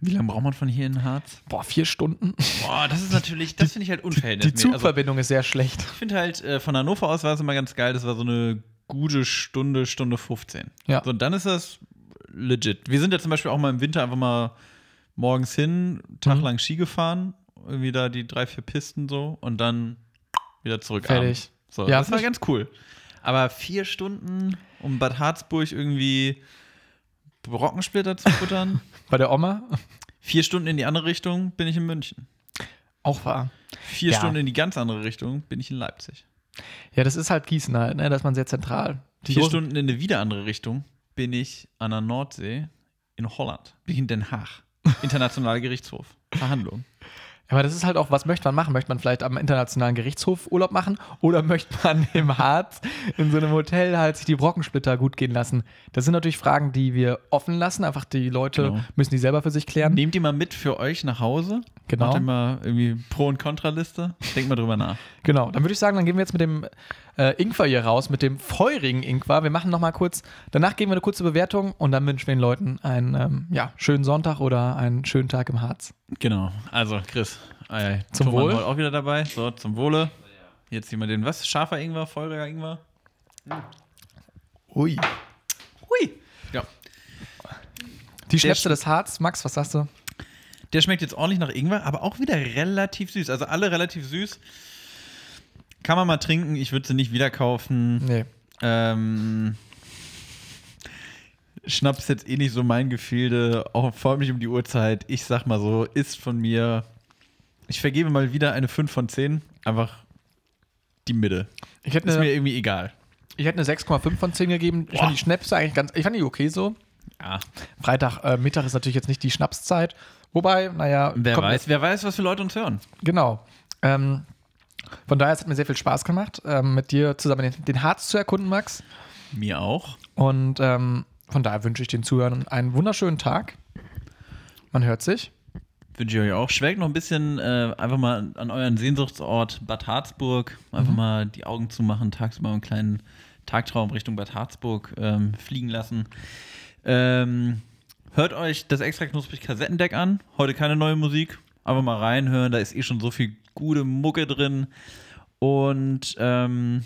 Wie lange braucht man von hier in den Harz? Boah, vier Stunden. Boah, das ist natürlich, das finde ich halt Die unverhältnismäßig. Also, Zugverbindung ist sehr schlecht. ich finde halt, äh, von Hannover aus war es immer ganz geil, das war so eine gute Stunde, Stunde 15. Ja. So, und dann ist das legit. Wir sind ja zum Beispiel auch mal im Winter einfach mal morgens hin, Tag Mhm. lang Ski gefahren, irgendwie da die drei, vier Pisten so und dann wieder zurück. Fertig. abends. So, Ja, das war find ganz cool. Aber vier Stunden, um Bad Harzburg irgendwie Brockensplitter zu [LAUGHS] futtern, Bei der Oma vier Stunden in die andere Richtung bin ich in München. auch wahr. Vier Ja. Stunden in die ganz andere Richtung bin ich in Leipzig. Ja, das ist halt Gießen halt, ne? Da ist man sehr zentral. Die Vier großen- Stunden in eine wieder andere Richtung bin ich an der Nordsee in Holland, bin ich in Den Haag. Internationaler Gerichtshof. Verhandlung. Aber das ist halt auch, was möchte man machen? Möchte man vielleicht am internationalen Gerichtshof Urlaub machen oder [LAUGHS] möchte man im Harz in so einem Hotel halt sich die Brockensplitter gut gehen lassen? Das sind natürlich Fragen, die wir offen lassen. Einfach die Leute Genau. müssen die selber für sich klären. Nehmt die mal mit für euch nach Hause. Ähm. Genau. Macht immer irgendwie Pro- und Kontraliste. Denkt mal drüber nach. Genau, dann würde ich sagen, dann gehen wir jetzt mit dem äh, Ingwer hier raus, mit dem feurigen Ingwer. Wir machen nochmal kurz, danach geben wir eine kurze Bewertung und dann wünschen wir den Leuten einen ähm, ja, schönen Sonntag oder einen schönen Tag im Harz. Genau. Also, Chris. Ei, ei. Zum Thomann Wohl. war auch wieder dabei. So, zum Wohle. Jetzt sehen wir den, was? Scharfer Ingwer, feuriger Ingwer? Ui. Hui. Ja. Die Schnäpse schmeckt- des Harz. Max, was sagst du? Der schmeckt jetzt ordentlich nach Ingwer, aber auch wieder relativ süß. Also alle relativ süß. Kann man mal trinken. Ich würde sie nicht wieder kaufen. Nee. Ähm, Schnaps jetzt eh nicht so mein Gefilde. Auch vor allem nicht um die Uhrzeit. Ich sag mal so, ist von mir. Ich vergebe mal wieder eine 5 von 10. Einfach die Mitte. Ich hätte Ist mir eine, irgendwie egal. ich hätte eine 6,5 von 10 gegeben. Ich fand die Schnäpse eigentlich ganz, ich fand die okay so. Ja. Freitag äh, Mittag ist natürlich jetzt nicht die Schnapszeit. Wobei, naja, Wer kommt- weiß, wer weiß, was für Leute uns hören. Genau. Ähm, von daher, es hat mir sehr viel Spaß gemacht, ähm, mit dir zusammen den, den Harz zu erkunden, Max. Mir auch. Und ähm, von daher wünsche ich den Zuhörern einen wunderschönen Tag. Man hört sich. Wünsche ich euch auch. Schwelgt noch ein bisschen äh, einfach mal an euren Sehnsuchtsort Bad Harzburg. Einfach mal die Augen zumachen, tagsüber einen kleinen Tagtraum Richtung Bad Harzburg ähm, fliegen lassen. Ähm, hört euch das extra knusprig Kassettendeck an. Heute keine neue Musik. Einfach mal reinhören. Da ist eh schon so viel gute Mucke drin. Und ähm,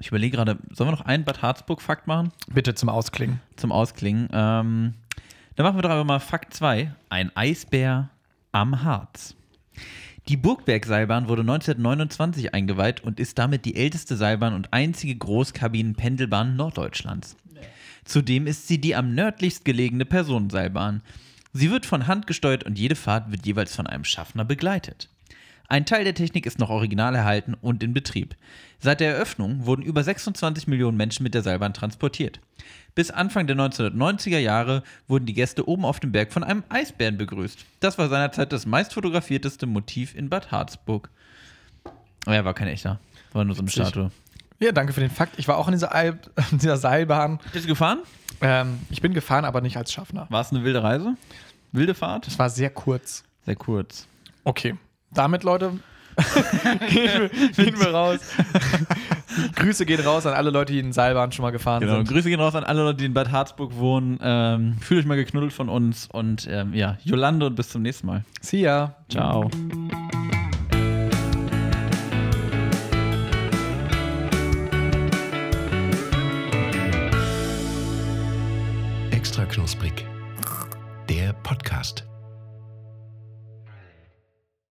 ich überlege gerade, sollen wir noch einen Bad Harzburg-Fakt machen? Bitte zum Ausklingen. zum Ausklingen. Ähm, dann machen wir doch einfach mal Fakt 2. Ein Eisbär am Harz. Die Burgbergseilbahn wurde 1929 eingeweiht und ist damit die älteste Seilbahn und einzige Großkabinenpendelbahn Norddeutschlands. Zudem ist sie die am nördlichst gelegene Personenseilbahn. Sie wird von Hand gesteuert und jede Fahrt wird jeweils von einem Schaffner begleitet. Ein Teil der Technik ist noch original erhalten und in Betrieb. Seit der Eröffnung wurden über 26 Millionen Menschen mit der Seilbahn transportiert. Bis Anfang der 1990er Jahre wurden die Gäste oben auf dem Berg von einem Eisbären begrüßt. Das war seinerzeit das meistfotografierteste Motiv in Bad Harzburg. Aber er war kein echter, war nur so eine Witzig. Statue. Ja, danke für den Fakt. Ich war auch in dieser, Al [LAUGHS] in dieser Seilbahn. Bist du gefahren? Ähm, ich bin gefahren, aber nicht als Schaffner. War es eine wilde Reise? Wilde Fahrt? Es war sehr kurz. Sehr kurz. Okay. Damit, Leute, gehen, wir, [LAUGHS] gehen wir raus. Grüße gehen raus an alle Leute, die in Seilbahn schon mal gefahren Genau. sind. Grüße gehen raus an alle Leute, die in Bad Harzburg wohnen. Ähm, fühlt euch mal geknuddelt von uns und ähm, ja, Jolande und bis zum nächsten Mal. See ya. Ciao. Extra knusprig. Der Podcast.